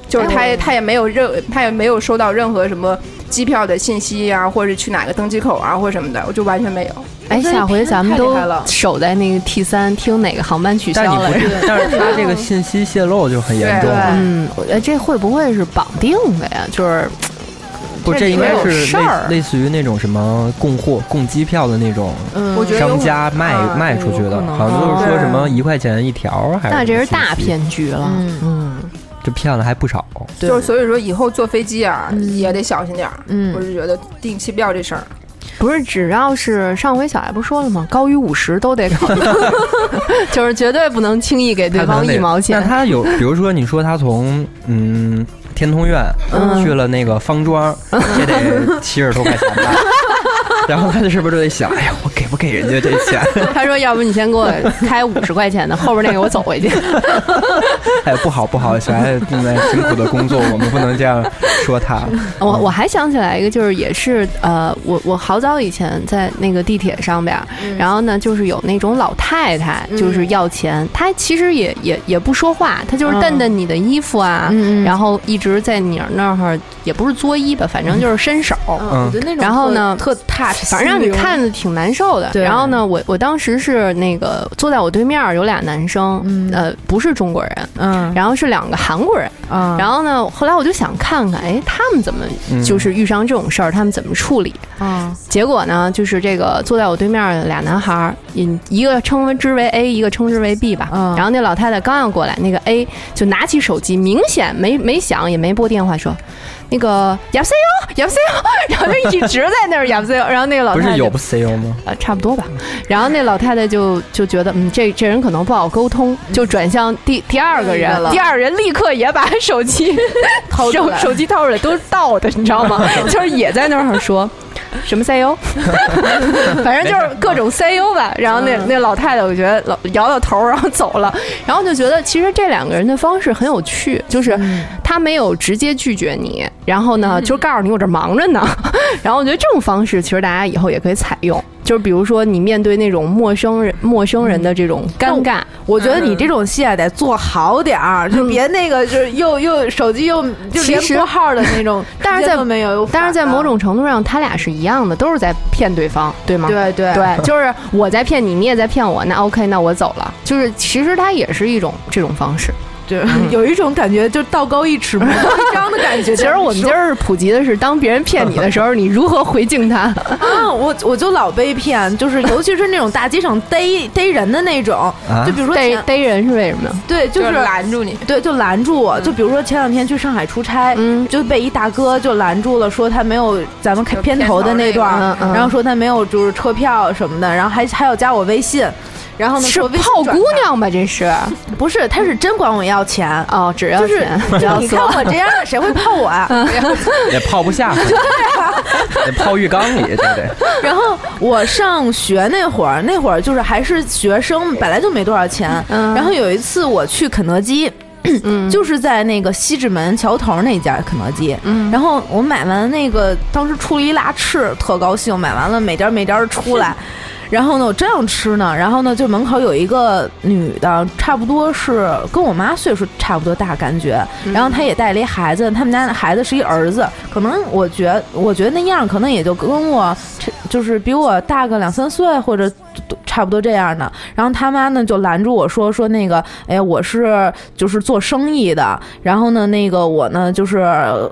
S8: 就是他也他也没有任他也没有收到任何什么机票的信息啊，或者去哪个登机口啊或者什么的，我就完全没有。
S7: 哎，下回咱们
S8: 太
S7: 都
S8: 厉害了
S7: 守在那个 T 三，听哪个航班取消
S4: 但是你
S7: 了
S4: 不。是，但是他这个信息泄露就很严重
S8: 对
S4: 了。
S7: 嗯，我觉得这会不会是绑定的呀？就是
S4: 不，
S7: 这
S4: 这
S7: 里
S4: 应该
S7: 面有
S4: 是
S7: 事
S4: 类
S7: 儿
S4: 类似于那种什么供货、供机票的那种
S8: 我
S7: 嗯
S8: 觉得有
S4: 嗯商
S8: 可
S4: 家卖
S8: 啊
S4: 卖出去
S7: 有
S4: 的
S7: 可，能啊
S4: 好像都是
S8: 哦
S4: 说什么一块钱一条儿，还是
S7: 那这
S4: 什么
S7: 是大
S4: 信息，
S7: 骗局了。嗯，
S4: 这骗了还不少。
S8: 就是所以说以后坐飞机啊、也得小心点儿。
S7: 嗯
S8: 我是觉得订机票这 事儿，
S7: 不是，只要是上回小艾不是说了吗？高于五十都得 考虑，就是绝对不能轻易给对
S4: 他可
S7: 方
S4: 能
S7: 一
S4: 得
S7: 毛钱
S4: 那。他有，比如说你说他从嗯天通苑
S7: 嗯
S4: 去了那个方庄，这得七十多块钱 吧。然后他是不是就得想，哎呀，我给不给人家这钱？
S7: 他说：“要不你先给我开五十块钱的，后边那个我走回去。
S4: 哎，不好不好，小孩正在辛苦的工作，我们不能这样说他。
S7: 我”我还想起来一个，就是也是呃，我我好早以前在那个地铁上边儿，
S6: 嗯
S7: 然后呢，就是有那种老太太，就是要钱，她其实也也也不说话，她就是蹬蹬你的衣服啊，
S6: 嗯嗯嗯
S7: 然后一直在你那儿，也不是作揖吧，反正就是伸手。
S4: 嗯
S6: 我觉得那种
S7: 然后呢
S6: 特特 touch，
S7: 反正让你
S6: 心灵
S7: 看着挺难受的。
S6: 对
S7: 然后呢，我我当时是那个坐在我对面儿有俩男生，
S6: 嗯
S7: 呃，不是中国人，
S6: 嗯
S7: 然后是两个韩国人。
S6: 啊
S7: 然后呢，后来我就想看看，哎，他们怎么
S4: 嗯
S7: 就是遇上这种事儿，他们怎么处理？
S6: 啊
S7: 结果呢，就是这个坐在我对面儿的俩男孩儿，嗯一个称之为 A，一个称之为 B 吧。
S6: 嗯
S7: 然后那老太太刚要过来，那个 A 就拿起手机，明显没没响，也没拨电话，说：“那个亚 C O 亚 C O，然后就一直在那儿亚 C O，然后那哦个老
S4: 不
S7: 太太
S4: 是
S7: 就
S4: 有 C E O 吗？
S7: 呃，差不多吧。然后那老太太就就觉得，嗯，这这人可能不好沟通，就转向第第二个人
S6: 另一个了
S7: 第二人立刻也把手机掏手手机掏出来，都是倒的，你知 道吗？就是也在那儿说。什么 CEO，反正就是各种 CEO 吧。然后那
S6: 嗯
S7: 那老太太，我觉得老摇摇头，然后走了。然后就觉得其实这两个人的方式很有趣，就是
S6: 嗯
S7: 他没有直接拒绝你，然后呢就告诉你我这忙着呢。
S6: 嗯
S7: 然后我觉得这种方式其实大家以后也可以采用，就是比如说你面对那种陌生人陌生人的这种尴尬，
S6: 嗯
S7: 嗯
S6: 我觉得你这种戏啊得做好点儿，就别那个就是又又手机又就
S7: 其
S6: 连
S7: 实，
S6: 拨号的那种
S7: 但是
S6: 直接
S7: 在
S6: 都没有，又
S7: 但是在
S6: 反了
S7: 某种程度上，他俩是一样的，都是在骗对方，对吗？
S6: 对对
S7: 对，就是我在骗你，你也在骗我，那 OK，那我走了。就是其实它也是一种这种方式。
S6: 对， 有一种感觉就道高一尺，魔高一丈的感 觉。
S7: 其实我们今
S6: 儿
S7: 儿普及的是，当别人骗你的时候，你如何回敬 他？
S6: 啊，我我就老被骗，就是尤其是那种大街上逮逮人的那种，
S4: 啊
S6: 就比如说
S7: 逮
S6: 前
S7: 逮人是为什么呀？
S6: 对，就
S8: 就是是拦住你。
S6: 对，就拦住我。就比如说前两天去上海出差，
S7: 嗯
S6: 就被一大哥就拦住了，说他没有咱们看
S8: 就
S6: 片
S8: 片
S6: 头的
S8: 头
S6: 那
S8: 那个
S6: 段儿
S7: 嗯，嗯
S6: 然后说他没有就是车票什么的，然后还还要加我微信，然后呢
S7: 是
S6: 说微信
S7: 泡
S6: 转
S7: 姑
S6: 他，
S7: 娘吧？这是
S6: 不是，他是真管我要钱。
S7: 哦，只要
S6: 就是
S7: 钱，
S6: 就你看我这样的，谁会泡我啊？
S4: 也泡不下，
S7: 啊
S4: 得泡浴缸里，这 得。
S6: 然后我上学那会儿，那会儿就是还是学生，本来就没多少钱。
S7: 嗯
S6: 然后有一次我去肯德基，就是在那个西直门桥头那家肯德基。
S7: 嗯
S6: 然后我买完那个，当时出了一拉翅，特高兴，买完了美颠儿美颠儿出 来。然后呢，我正要吃呢，然后呢，就门口有一个女的，差不多是跟我妈岁数差不多大，感觉。
S7: 嗯
S6: 然后她也带了一孩子，他们家的孩子是一儿子，可能我觉我觉得那样，可能也就跟我这就是比我大个两三岁或者差不多这样的。然后他妈呢就拦住我说说那个，哎呀，我是就是做生意的，然后呢，那个我呢就是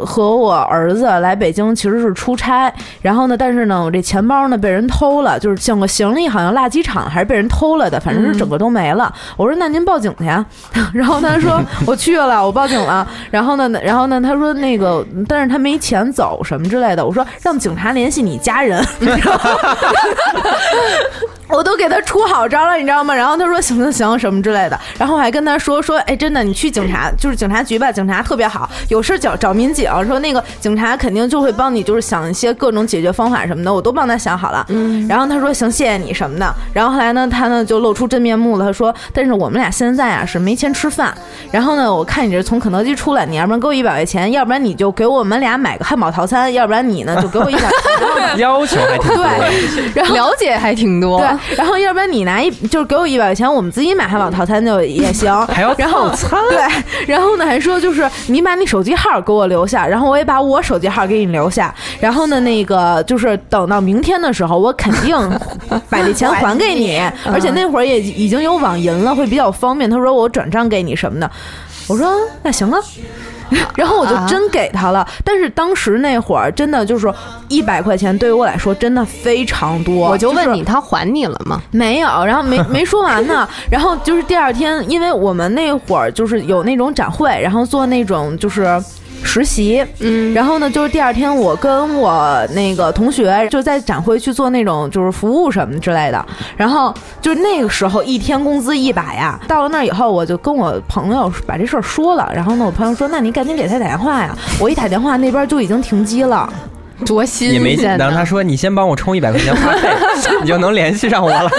S6: 和我儿子来北京其实是出差，然后呢，但是呢我这钱包呢被人偷了，就是整个行李好像落机场还是被人偷了的，反正是整个都没了。我说那您报警去啊， 然后他说我去了，我报警了。然后呢，然后呢他说那个，但是他没钱走什么之类的。我说让警察联系你家人。我都给他出好招了，你知道吗？然后他说行行行什么之类的，然后我还跟他说说，哎，真的，你去警察就是警察局吧，警察特别好，有事找找民警，说那个警察肯定就会帮你，就是想一些各种解决方法什么的，我都帮他想好了。嗯，然后他说行，谢谢你什么的。然后后来呢，他呢就露出真面目了，他说，但是我们俩现在啊是没钱吃饭，然后呢，我看你这从肯德基出来，你要不然给我一百块钱，要不然你就给我们俩买个汉堡套餐，要不然你呢就给我一百块钱。
S4: 要求还挺多的。
S6: 然后
S7: 了解还挺多。
S6: 对，然后要不然你拿一，就是给我一百块钱，我们自己买汉堡套餐就也行。
S4: 还要
S6: 然后
S4: 套餐
S6: 对，然后呢还说就是你把你手机号给我留下，然后我也把我手机号给你留下。然后呢，那个就是等到明天的时候，我肯定把这钱还给 你，
S7: 嗯
S6: 而且那会儿也已经有网银了，会比较方便。他说我转账给你什么的，我说那行 啊。然后我就真给他了，但是当时那会儿真的就是一百块钱对于我来说真的非常多。
S7: 我就是问你，他还你了吗？
S6: 没有，然后没没说完呢，然后就是第二天，因为我们那会儿就是有那种展会，然后做那种就是。实习，嗯，然后呢，就是第二天我跟我那个同学就在展会去做那种就是服务什么之类的，然后就是那个时候一天工资一百呀，到了那儿以后我就跟我朋友把这事儿说了，然后呢，我朋友说那你赶紧给他打电话呀，我一打电话那边就已经停机了，
S7: 多新
S4: 你没，
S7: 鲜
S4: 然后他
S7: 呢！
S4: 说你先帮我充一百块钱话 费，你就能联系上我了。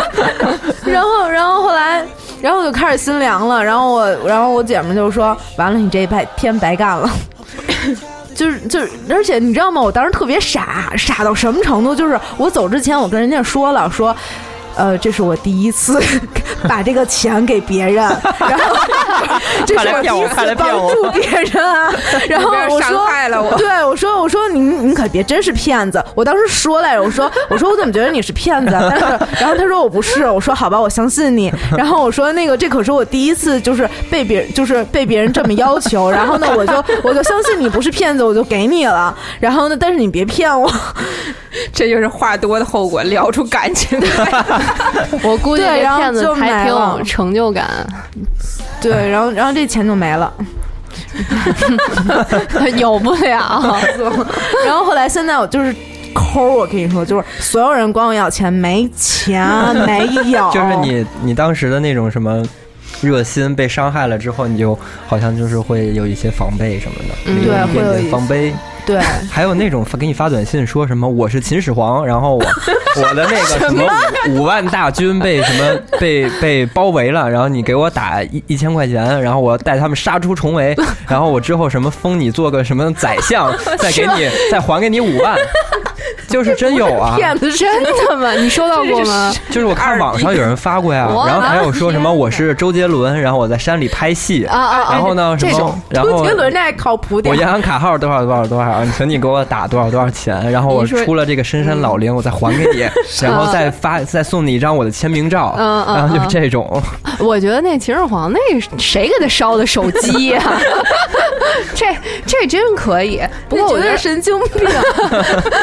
S6: 然后，然后后来，然后我就开始心凉了。然后我，然后我姐们就说：“完了，你这一白天白 干了。”就是就是，而且你知道吗？我当时特别傻，傻到什么程度？就是我走之前，我跟人家说了，说。呃，这是我第一次 把这个钱给别人，然后这
S4: 快
S6: 是
S4: 来
S6: 我第
S4: 骗我
S6: 一
S4: 快来
S6: 次
S4: 骗
S6: 帮
S4: 我
S6: 助别人啊。然后
S8: 你不要
S6: 我
S8: 伤
S6: 说，
S8: 害了我
S6: 对我说，我说你你可别真是骗子。我当时说来着，我说我说我怎么觉得你是骗子啊？ 但是然后他说我不是，我说好吧，我相信你。然后我说那个这可是我第一次就是被别人就是被别人这么要求，然后呢我就我就相信你不是骗子，我就给你了。然后呢，但是你别骗我。
S8: 这就是话多的后果，聊出感 情来。
S7: 我估计
S6: 对
S7: 这
S6: 然后
S7: 骗子
S6: 就
S7: 还
S6: 买
S7: 挺
S6: 了
S7: 有成就感。
S6: 对，然后然后这钱就没了。
S7: 有不 了。
S6: 然后后来现在我就是抠，我跟你说，就是所有人管我要钱，没钱，没有，
S4: 就是你你当时的那种什么热心被伤害了之后，你就好像就是会有一些防备什么的，
S2: 嗯
S4: 有一
S6: 对会有
S4: 点
S6: 一
S4: 点防备。
S6: 对，
S4: 还有那种发给你发短信说什么我是秦始皇，然 后我我的那个什么五五万大军被什么被被包围了，然后你给我打一一千块钱，然后我带他们杀出重 围，然后我之后什么封你做个什么宰 相，再给你再还给你五 万，就是真有啊，
S6: 骗子真
S7: 真的吗？你收到过 吗？
S4: 就是我看网上有人发过呀，
S7: 哇
S4: 然后还有说什么我是周杰伦，然后我在山里拍戏，
S7: 啊啊啊！
S4: 然后呢什
S7: 这
S4: 么
S7: 种，
S4: 然后
S6: 周杰伦那还靠谱 点
S4: 我银。行卡号多少多少多少，请你给我打多少多少钱，然后我
S7: 你说嗯
S4: 出了这个深山老林，我再还给 你，然后再发再送你一张我的签名照，
S7: 嗯嗯
S4: 然后就
S7: 嗯
S4: 这种，
S7: 我觉得那秦始皇那谁给他烧的手机呀、 这这真可以。不过我
S6: 那绝
S7: 觉
S6: 对
S7: 得
S6: 是神经 病，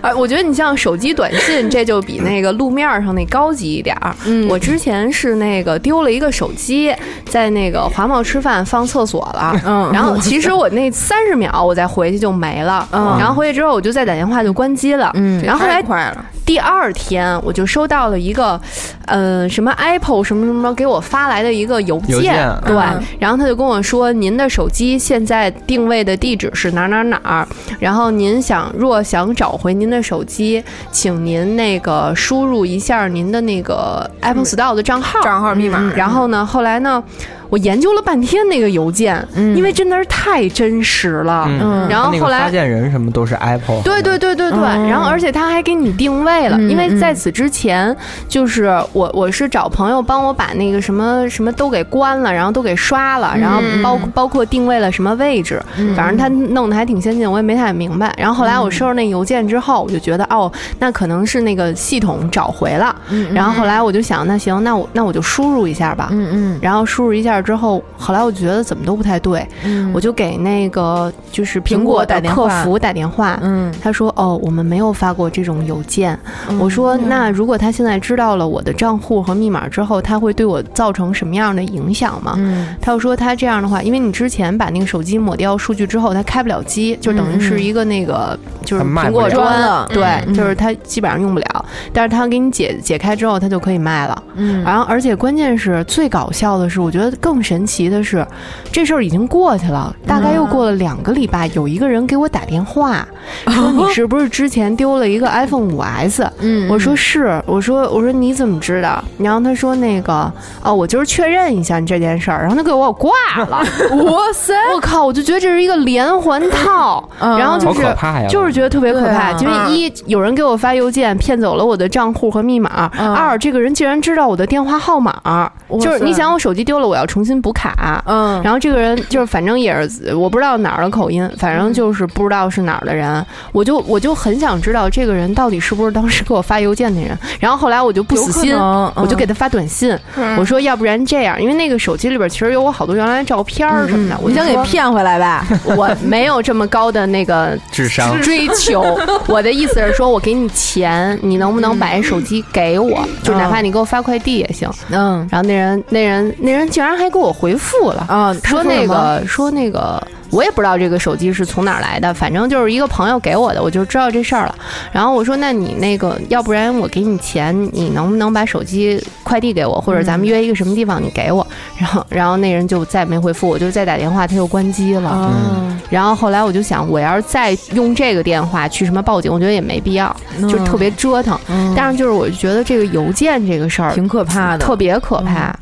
S7: 啊，我觉得你像手机短信，这就比那个路面上那高级一点儿。
S6: 嗯
S7: 我之前是那个丢了一个手机，在那个华贸吃饭放厕所了，
S6: 嗯
S7: 然后其实我那三十秒我再回去就没了，
S6: 嗯
S7: 然后回去之后我就再打电话就关机了，
S6: 嗯
S7: 然后后来
S8: 太快了，
S7: 第二天我就收到了一个，呃，什么 Apple 什么什么给我发来的一个邮件，
S4: 邮件
S7: 对，
S6: 嗯
S7: 然后他就跟我说，您的手机现在定位的地址是哪儿哪儿哪儿，然后您想若想找回您的手机，请您那个输入一下您的那个 Apple Store 的账号，
S8: 账号密码
S7: 嗯然后呢，后来呢，我研究了半天那个邮件，
S6: 嗯
S7: 因为真的是太真实了，
S6: 嗯
S7: 然后
S4: 那
S7: 后
S4: 个
S7: 来
S4: 发件人什么都是 Apple，
S7: 对对对对对，
S6: 嗯
S7: 然后而且他还给你定位了，
S6: 嗯
S7: 因为在此之前，就是我我是找朋友帮我把那个什么什么都给关了，然后都给刷
S6: 嗯
S7: 了，然后包包括定位了什么位置，反正他弄得还挺先进，我也没太明白。然后后来我
S6: 嗯
S7: 收到那邮件之后，我就觉得哦，那可能是那个系统找回了。然后后来我就想，那行，那我那我就输入一下吧。
S6: 嗯
S7: 然后输入一下之后，后来我觉得怎么都不太对，
S6: 嗯
S7: 我就给那个就是苹
S6: 苹果
S7: 果
S6: 打
S7: 的
S6: 电
S7: 客
S6: 话
S7: 服打电话，
S6: 嗯
S7: 他说：“哦，我们没有发过这种邮件。嗯我说：“那如果他现在知道了我的账户和密码之后，他会对我造成什么样的影响吗？”
S6: 嗯
S7: 他又说：“他这样的话，因为你之前把那个手机抹掉数据之后，他开不了机，就等于是一个那个、就
S4: 嗯
S7: 是
S4: 它卖
S7: 苹
S4: 不
S7: 果
S4: 了
S6: 关
S7: 砖
S6: 了，
S7: 对，
S6: 嗯
S7: 就是他基本上用不了。但是他给你解解开之后，他就可以卖了。
S6: 嗯
S7: 然后，而且关键是最搞笑的是，我觉得更神奇的是，这事儿已经过去了，大概又过了两个礼拜，有一个人给我打 电话，说你是不是之前丢了一个 iPhone 五 S？
S6: 嗯
S7: 我说是，我说我说你怎么知道？然后他说那个哦，我就是确认一下你这件事儿，然后他给我挂了。
S6: 哇塞，
S7: 我靠，我就觉得这是一个连环套，
S6: 嗯
S7: 然后就
S4: 好
S7: 是
S4: 可怕呀！
S7: 就是觉得特别可怕，
S6: 对嗯
S7: 因
S8: 啊
S7: 为一有人给我发邮件骗走了我的账户和密码，
S6: 嗯
S7: 二这个人竟然知道我的电话号码，
S6: 哇塞
S7: 就是你想我手机丢了，我要重新补卡。
S6: 嗯，
S7: 然后这个人就是，反正也是我不知道哪儿的口音，反
S6: 嗯
S7: 正就是不知道是哪儿的人，我就我就很想知道这个人到底是不是当时给我发邮件的人。然后后来我就不死心，我
S6: 我
S7: 就给他发短信，
S6: 嗯
S7: 我说要不然这样，因为那个手机里边其实有我好多原来照片儿什么的，我
S6: 你
S7: 就
S6: 想给
S7: 说
S6: 骗回来吧？
S7: 我没有这么高的那个
S4: 智商
S7: 追求。我的意思是说，我给你钱，你能不能把这手机给我？就哪怕你给我发快递也行。
S6: 嗯
S7: 然后那人，那人，那人竟然还给我回复了，
S6: 啊，他
S7: 嗯说
S6: 什
S7: 那
S6: 么
S7: 个，说那个，我也不知道这个手机是从哪儿来的，反正就是一个朋友给我的，我就知道这事儿了。然后我说，那你那个，要不然我给你钱，你能不能把手机快递给我，或者咱们约一个什么地方你给我？然后，然后那人就再没回复我，就再打电话，他就关机了。
S6: 啊，
S7: 然后后来我就想，我要是再用这个电话去什么报警，我觉得也没必要，
S6: 嗯
S7: 就特别折腾。
S6: 嗯
S7: 但是就是我觉得这个邮件这个事儿
S6: 挺可怕的，
S7: 特别可怕。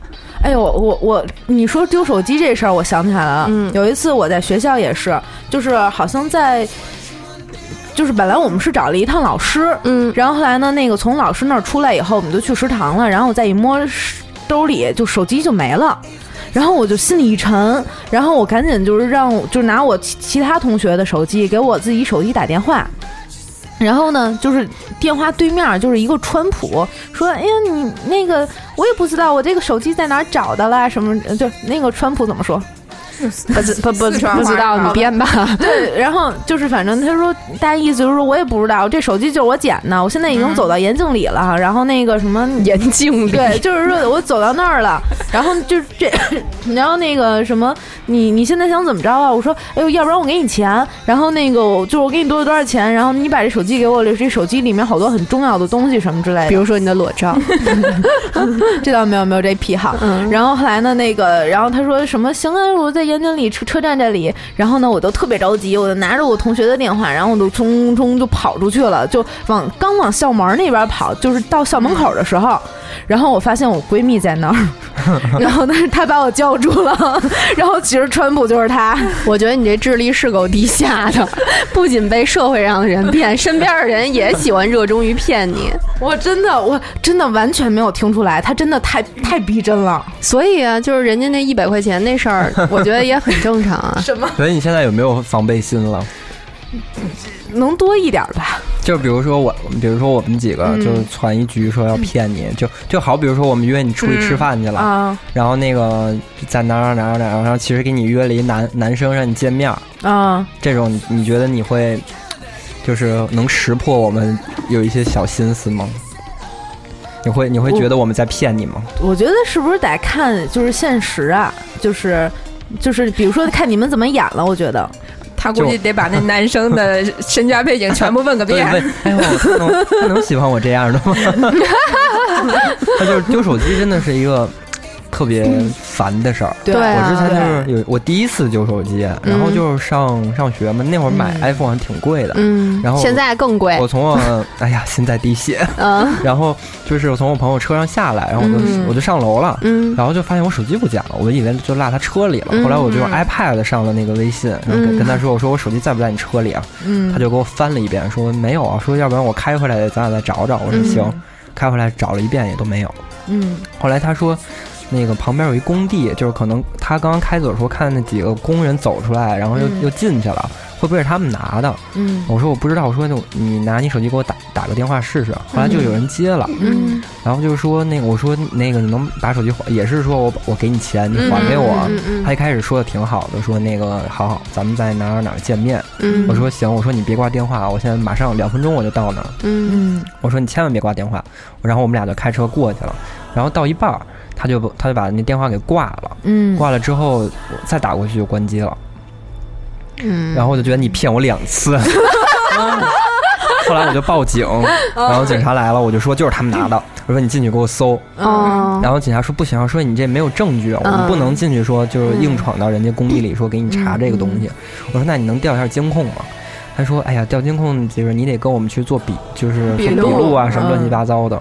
S6: 哎呦，我我我，你说丢手机这事儿，我想起来了。
S7: 嗯
S6: 有一次我在学校也是，就是好像在，就是本来我们是找了一趟老师，
S7: 嗯
S6: 然后后来呢，那个从老师那儿出来以后，我们就去食堂了，然后我再一摸手兜里，就手机就没了。然后我就心里一沉，然后我赶紧就是让我就是拿我其其他同学的手机给我自己手机打电话，然后呢，就是电话对面就是一个川普说：“哎呀，你那个我也不知道我这个手机在哪儿找的啦，什么就那个川普怎么说？不知不不
S8: 四川
S7: 不
S8: 话
S7: 知道你编吧，
S6: 对，然后就是反正他说，大概意思就是说我也不知道，这手机就是我捡的，我现在已经走到严静里了，然后那个什么
S7: 眼镜里
S6: 对，就是说我走到那儿了，然后就是这，然后那个什么，你你现在想怎么着啊？我说，哎呦，要不然我给你钱，然后那个我就是我给你多少多少钱，然后你把这手机给我，这手机里面好多很重要的东西什么之类
S7: 比
S6: 的。
S7: 如说你的 裸照，
S6: 这倒没有没有这癖好。
S7: 嗯，
S6: 然后后来呢，那个，然后他说什么行啊，我在盐津里车车站这里，然后呢，我就特别着急，我就拿着我同学的电话，然后我就冲冲就跑出去了，就往刚往校门那边跑，就是到校门口的时候，然后我发现我闺蜜在那儿， 然后但是她把我叫住了， 然后其实川普就是她，
S7: 我觉得你这智力是够低下的，不仅被社会上的人骗，身边的人也喜欢热衷于骗你。
S6: 我真的我真的完全没有听出来，她真的太太逼真了，
S7: 所以啊，就是人家那一百块钱那事儿，我觉得也很正常啊。
S6: 什么
S4: 所以你现在有没有防备心了？
S6: 能多一点吧？
S4: 就比如说我，比如说我们几个
S6: 嗯
S4: 就攒一局说要骗你，就就好，比如说我们约你出去吃饭去
S7: 嗯
S4: 了，
S6: 啊
S4: 然后那个在哪儿哪儿哪儿哪儿，然后其实给你约了一男男生让你见面儿，
S6: 啊，
S4: 这种你你觉得你会就是能识破我们有一些小心思吗？你会你会觉得我们在骗你吗？
S6: 我觉得是不是得看就是现实啊，就是就是比如说看你们怎么演了，我觉得
S8: 他估计得把那男生的身家背景全部问个
S4: 对，
S8: 遍。
S4: 问，哎呦，他能他能喜欢我 这样的吗？ 他就是丢手机，真的是一个特别烦的事儿。
S6: 对
S7: 对
S4: 我
S7: 啊
S4: 之前就是有我第一次丢手机，然后就是上上学嘛，那会儿买 iPhone 还挺贵的。
S7: 嗯，
S4: 然后
S7: 现在更贵
S4: 我，从我哎呀心在滴血，
S7: 嗯
S4: 然后就是我从我朋友车上下来，然后我就、
S7: 嗯
S4: 我就上楼了，
S7: 嗯
S4: 然后就发现我手机不见了，我以为就落他车里了。
S7: 嗯
S4: 后来我就用 iPad 上了那个微信，然后
S7: 嗯
S4: 跟跟他说：“我说我手机在不在你车里啊？”
S6: 嗯
S4: 他就给我翻了一遍，说：“没有啊，说要不然我开回来咱俩再找找。”我
S7: 嗯
S4: 说：“嗯行。开回来找了一遍也都没有。
S6: 嗯
S4: 后来他说。那个旁边有一工地，就是可能他刚刚开走的时候看那几个工人走出来，然后又、
S6: 嗯
S4: 又进去了，会不会是他们拿的？
S6: 嗯
S4: 我说我不知道，我说那我你拿你手机给我打打个电话试试。后来就有人接了，
S6: 嗯
S4: 然后就说那个我说那个你能把手机还，也是说我我给你钱，你还给我。
S7: 嗯嗯
S4: 他一开始说的挺好的，说那个好好，咱们在哪儿哪儿见面。
S7: 嗯
S4: 我说行，我说你别挂电话，我现在马上两分钟我就到那儿。
S7: 嗯
S6: 嗯
S4: 我说你千万别挂电话。然后我们俩就开车过去了，然后到一半儿他就他就把那电话给挂了，
S6: 嗯，
S4: 挂了之后我再打过去就关机了。
S7: 嗯，
S4: 然后我就觉得你骗我两次，后来我就报警，然后警察来了，我就说就是他们拿的，我说你进去给我搜，
S7: 哦，
S4: 然后警察说不行，说你这没有证据，我们不能进去说就是硬闯到人家工地里说给你查这个东西，我说那你能调一下监控吗？他说：“哎呀，调监控就是你得跟我们去做笔，就是
S8: 笔
S4: 什么
S8: 录
S4: 笔录啊，什么乱七
S6: 嗯
S4: 八糟的。”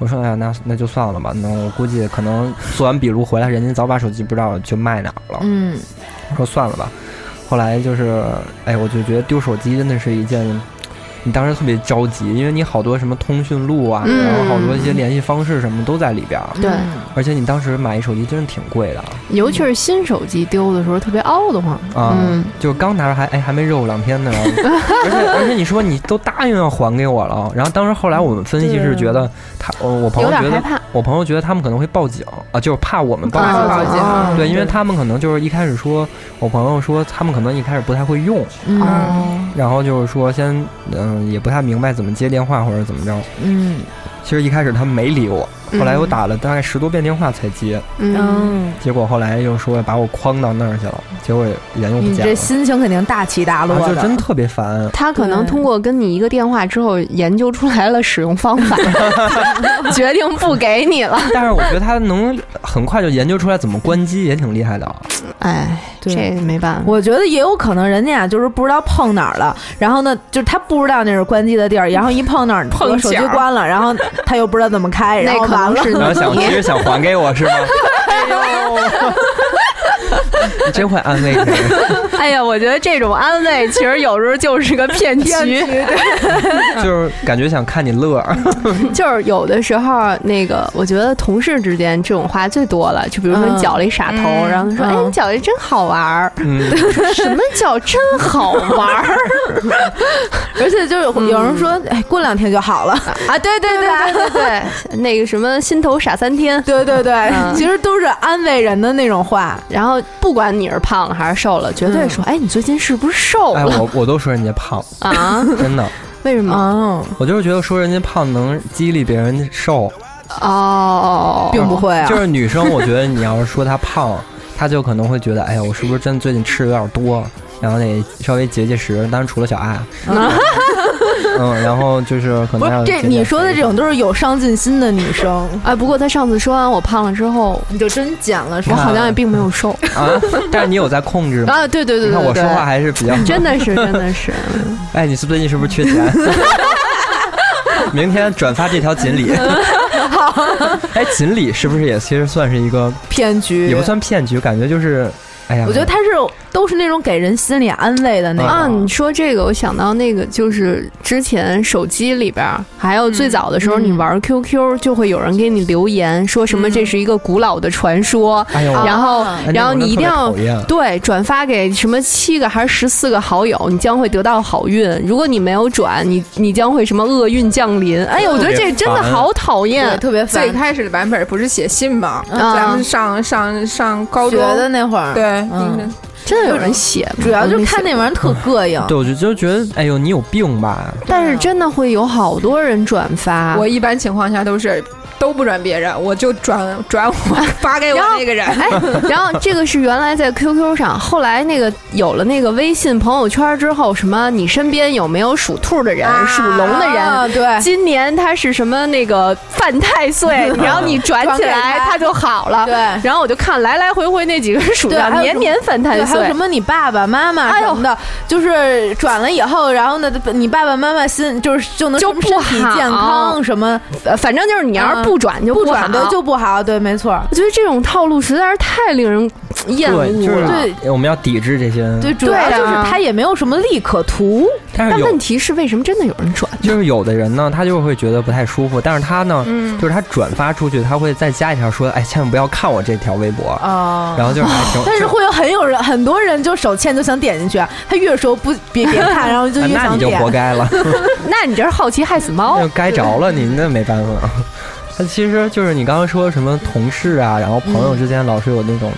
S4: 我说：“哎呀，那那就算了吧。那我估计可能做完笔录回来，人家早把手机不知道去卖哪儿了。”
S6: 嗯
S4: 我说算了吧。后来就是，哎，我就觉得丢手机真的是一件，你当时特别着急，因为你好多什么通讯录啊，
S7: 嗯
S4: 然后好多一些联系方式什么都在里边儿，
S7: 对，
S4: 而且你当时买一手机真的挺贵的
S7: 尤其是新手机丢的时候特别懊的慌，
S4: 啊，
S7: 嗯
S4: 就刚拿着还哎还没热乎两 天呢，然后而且而且你说你都答应要还给我了，然后当时后来我们分析是觉得他，呃我我朋
S7: 有
S4: 友
S7: 点
S4: 觉
S7: 害
S4: 得
S7: 怕，
S4: 我朋友觉得他们可能会报警啊，就是怕我们报
S7: 啊
S4: 警。
S8: 报
S6: 嗯
S8: 警
S6: 哦
S7: 啊
S4: 对，因为他们可能就是一开始说，我朋友说他们可能一开始不太会用，
S6: 嗯
S7: 哦，
S4: 然后就是说先，嗯、也不太明白怎么接电话或者怎么着。
S6: 嗯
S4: 其实一开始他没理我，后来我打了大概十多遍电话才接，
S7: 嗯，
S6: 嗯，
S4: 结果后来又说把我诓到那儿去了，结果人又不
S6: 你
S4: 见
S6: 嗯这
S4: 了，
S6: 心情肯定大起大落
S4: 啊，就
S6: 的，
S4: 真特别烦。
S7: 他可能
S6: 对
S7: 通过跟你一个电话之后，研究出来了使用方 法，决定不给你了。
S4: 但是我觉得他能很快就研究出来怎么关机，也挺厉害的 啊。
S7: 哎，
S6: 对
S7: 这没办法。
S6: 我觉得也有可能人家啊就是不知道碰哪儿了，然后呢，就是他不知道那是关机的地儿，然后一碰那儿，
S8: 碰
S6: 我手机
S8: 巧儿
S6: 关了，然后他又不知道怎么开，然
S7: 那
S6: 后
S7: 可
S6: 完
S7: 能
S6: 了，
S7: 是
S4: 然后想，
S7: 你
S4: 其实想还给我是 吗？哎呦，你 真会安慰人。
S7: 哎呀，我觉得这种安慰其实有时候就是个骗局，
S4: 就是感觉想看你乐 儿，
S7: 就是有的时候那个，我觉得同事之间这种话最多了。就比如说
S6: 嗯
S7: 你绞了一傻头，
S8: 嗯
S7: 然后说：“哎，
S6: 嗯
S7: 你绞的真好玩 儿。
S4: 嗯，”
S7: 什么叫真好玩儿
S6: 而且就是有人说，哎，过两天就好了，
S7: 啊？对对对对对对，那个什么心头傻三天，
S6: 对对对
S7: 嗯，
S6: 其实都是安慰人的那种话。
S7: 然后不不管你是胖了还是瘦了，绝对说，哎，你最近是不是瘦
S4: 哎，
S7: 了
S4: 我哎我都说人家胖，
S7: 啊？
S4: 真的，
S7: 为什么？
S6: 哦，
S4: 我就是觉得说人家胖能激励别人瘦，
S7: 哦，
S6: 并不会 啊，
S4: 就是女生，我觉得你要是说她胖，她就可能会觉得，哎呀，我是不是真的最近吃的有点多，然后得稍微节节食。当然除了小 爱，啊嗯，然后就是可
S6: 不
S4: 能
S6: 是
S4: 要
S6: 这
S4: 节
S6: 你
S4: 节
S6: 说的
S4: 食
S6: 这种都是有上进心的女生，
S7: 哎，不过他上次说完我胖了之后，
S6: 啊你就真减了是
S7: 我
S6: 吧？
S7: 好像也并没有瘦
S4: 啊，但是你有在控 制吗？
S7: 啊。对对对
S4: 你看
S7: 对
S4: 我说话
S7: 对，
S4: 还是比较，
S7: 真的是真的是，
S4: 哎，你是最近是不是缺钱？ 明天转发这条锦 鲤。哎，锦鲤是不是也其实算是一个，
S6: 骗局
S4: 也不算骗局，感觉就是，哎呀，
S6: 我觉得他是都是那种给人心理安慰的那种。
S7: 啊，你说这个，我想到那个，就是之前手机里边儿，还有最早的时候，
S6: 嗯
S7: 你玩 QQ 就会有人给你留言，说什么
S6: 嗯
S7: 这是一个古老的传说，
S4: 哎呦，
S7: 然后
S6: 啊
S4: 哎
S7: 然后
S4: 那会儿
S7: 你一
S4: 特别
S7: 定要
S4: 讨厌啊
S7: 对转发给什么七个还是十四个好友，你将会得到好运。如果你没有转，你你将会什么厄运降临。哎呀，我觉得这真的好讨
S6: 对，
S7: 厌。
S6: 特别烦
S8: 最。开始的版本不是写信吗？
S6: 嗯
S8: 咱们上上上高
S6: 学
S8: 中
S6: 的那会儿，
S8: 对，，
S6: 嗯
S7: 真的有人写吗？
S6: 主要就是看
S7: 我没写
S6: 那玩意儿特膈应。
S4: 对，我就就觉得，哎呦，你有病吧？
S7: 但是真的会有好多人转
S6: 啊
S7: 发。
S8: 我一般情况下都是都不转别人，我就转转我发给我那个人。
S7: 哎，然后这个是原来在 QQ 上，后来那个有了那个微信朋友圈之后，什么你身边有没有属兔的人、属龙的人？
S6: 啊，对，
S7: 今年他是什么那个犯 太岁，然后你转起
S6: 转
S7: 来
S6: 给他
S7: 他就好了。
S6: 对
S7: 然后我就看来来回回那几个人数
S6: 对还
S7: 上，
S6: 有
S7: 年年犯太
S6: 对，还有
S7: 岁
S6: 什。么你爸爸妈妈
S7: 哎
S6: 什
S7: 呦
S6: 么的，就是转了以后，然后呢，你爸爸妈妈心就是就能
S7: 就
S6: 什么身体
S7: 不好
S6: 健康什么
S7: 呃反正就是你要是不转就
S6: 嗯不
S7: 好
S6: 转的就不好，对，没错。
S7: 我觉得这种套路实在是太令人厌恶
S4: 对，就
S7: 了。
S4: 是哎我们要抵制这些。
S6: 对，，主要
S7: 对啊
S6: 就是他也没有什么利可图，
S4: 但是
S7: 但
S4: 有
S7: 问题是，为什么真的有人转？
S4: 就是有的人呢，他就会觉得不太舒服，但是他呢，
S6: 嗯
S4: 就是他转发出去，他会再加一条说，哎，千万不要看我这条微博，
S6: 啊
S4: 然后就是还挺，
S6: 但是会有很有人很多人就手欠就想点进去，啊他越说不别别 看，然后哎就
S4: 啊
S6: 越
S4: 那
S6: 想
S4: 你就
S6: 点。哦
S4: 活该了，
S7: 那你这是好奇害死猫
S4: 那就该着了你，那没办法。 那其实就是你刚刚说什么同事啊，然后朋友之间老是有那种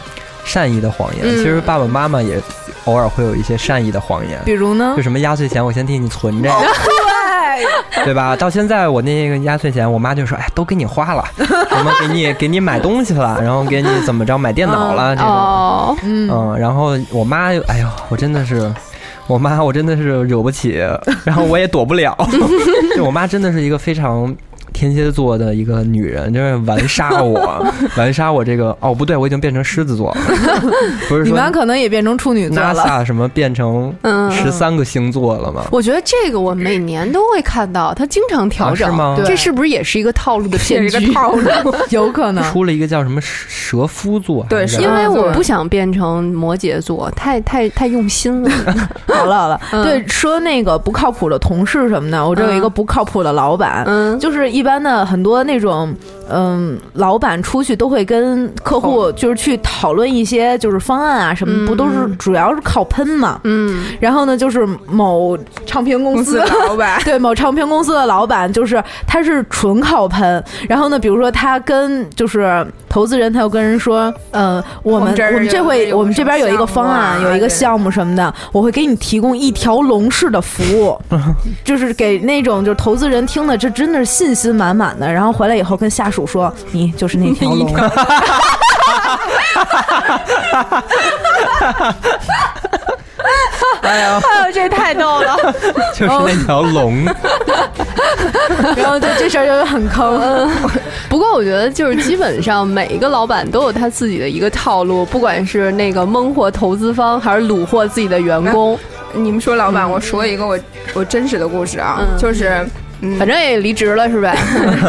S4: 善意的谎言，
S7: 嗯
S4: 其实爸爸妈妈也偶尔会有一些善意的谎言。
S6: 比如呢
S4: 就？什么压岁钱，我先替你存着，
S6: 哦对，
S4: 对吧？到现在我那个压岁钱，我妈就说：“哎，都给你花了，什么给你给你买东西了，然后给你怎么着买电脑了这种。”
S7: 哦，
S6: 嗯，
S4: 嗯，然后我妈，哎呦，我真的是，我妈我真的是惹不起，然后我也躲不了。 就我妈真的是一个非常天蝎座的一个女人，就是玩杀我，玩杀我这个哦，不对，我已经变成狮子座了， 不是
S6: 你
S4: 说
S6: 们可能也变成处女座了。
S4: NASA 什么变成
S7: 嗯，
S4: 十三个星座了吗？
S7: 我觉得这个我每年都会看到，他经常调整，
S4: 啊是吗
S7: 这是不是也是一个套路的骗
S8: 是一个
S7: 局？
S8: 套路，
S6: 有可能，
S4: 出了一个叫什么蛇夫座，
S8: 对
S4: 还是
S8: 蛇
S4: 叫
S7: 因为我
S8: 对
S7: 不想变成摩羯座，太太太用心了。
S6: 好了好了，
S7: 嗯
S6: 对，说那个不靠谱的同事什么的，我这有一个不靠谱的老板，
S7: 嗯，
S6: 就是一般的很多那种，嗯，老板出去都会跟客户就是去讨论一些就是方案啊什么，
S7: 嗯
S6: 不都是主要是靠喷嘛。
S7: 嗯，
S6: 然后呢，就是某唱片公
S8: 公司
S6: 司。
S8: 老板
S6: 对某唱片公司的老板，就是他是纯靠喷。然后呢，比如说他跟就是投资人，他又跟人说，呃，我
S8: 我
S6: 们
S8: 们这儿
S6: 我们
S8: 有
S6: 这
S8: 有
S6: 回
S8: 个
S6: 我们这边有一个
S8: 什么
S6: 方案，
S8: 项目啊
S6: 有一个
S8: 对
S6: 项目什么的，我会给你提供一条龙式的服 务，就是给那种就是投资人听的，这真的是信心满满的。然后回来以后跟下属说，你就是那条 龙。
S7: 哎呦，这太逗了。
S4: 就是那条龙，
S6: 然后就这事儿就很坑。
S7: 不过我觉得就是基本上每一个老板都有他自己的一个套路，不管是那个蒙获投资方，还是虏获自己的员工，
S8: 你们说老板，我说一个我我真实的故事啊，
S7: 嗯
S8: 就是嗯，
S7: 反正也离职了，是呗？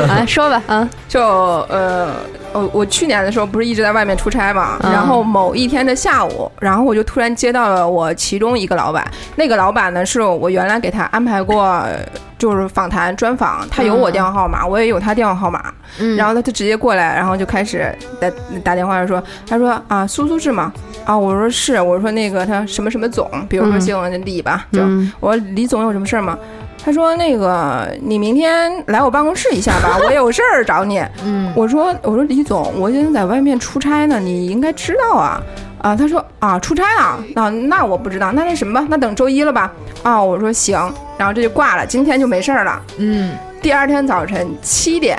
S7: 啊，说吧，啊，
S8: 就呃，我我去年的时候不是一直在外面出差嘛，
S7: 嗯
S8: 然后某一天的下午，然后我就突然接到了我其中一个老板，那个老板呢是我原来给他安排过呃就是访谈专访，他有我电话号
S7: 嗯
S8: 码，我也有他电话号码，
S6: 嗯
S8: 然后他就直接过来，然后就开始打打电话就说，他说啊苏苏是吗？啊我说是，我说那个他什么什么总，比如说
S7: 嗯
S8: 姓李吧，就
S7: 嗯
S8: 我说李总有什么事儿吗？他说那个你明天来我办公室一下吧，我有事儿找你。
S6: 嗯，
S8: 我说我说李总，我现在在外面出差呢，你应该知道啊。啊，他说啊出差呢，那、那我不知道，那那什么吧，那等周一了吧？啊，我说行，然后这就挂了，今天就没事儿了。
S6: 嗯，
S8: 第二天早晨七点，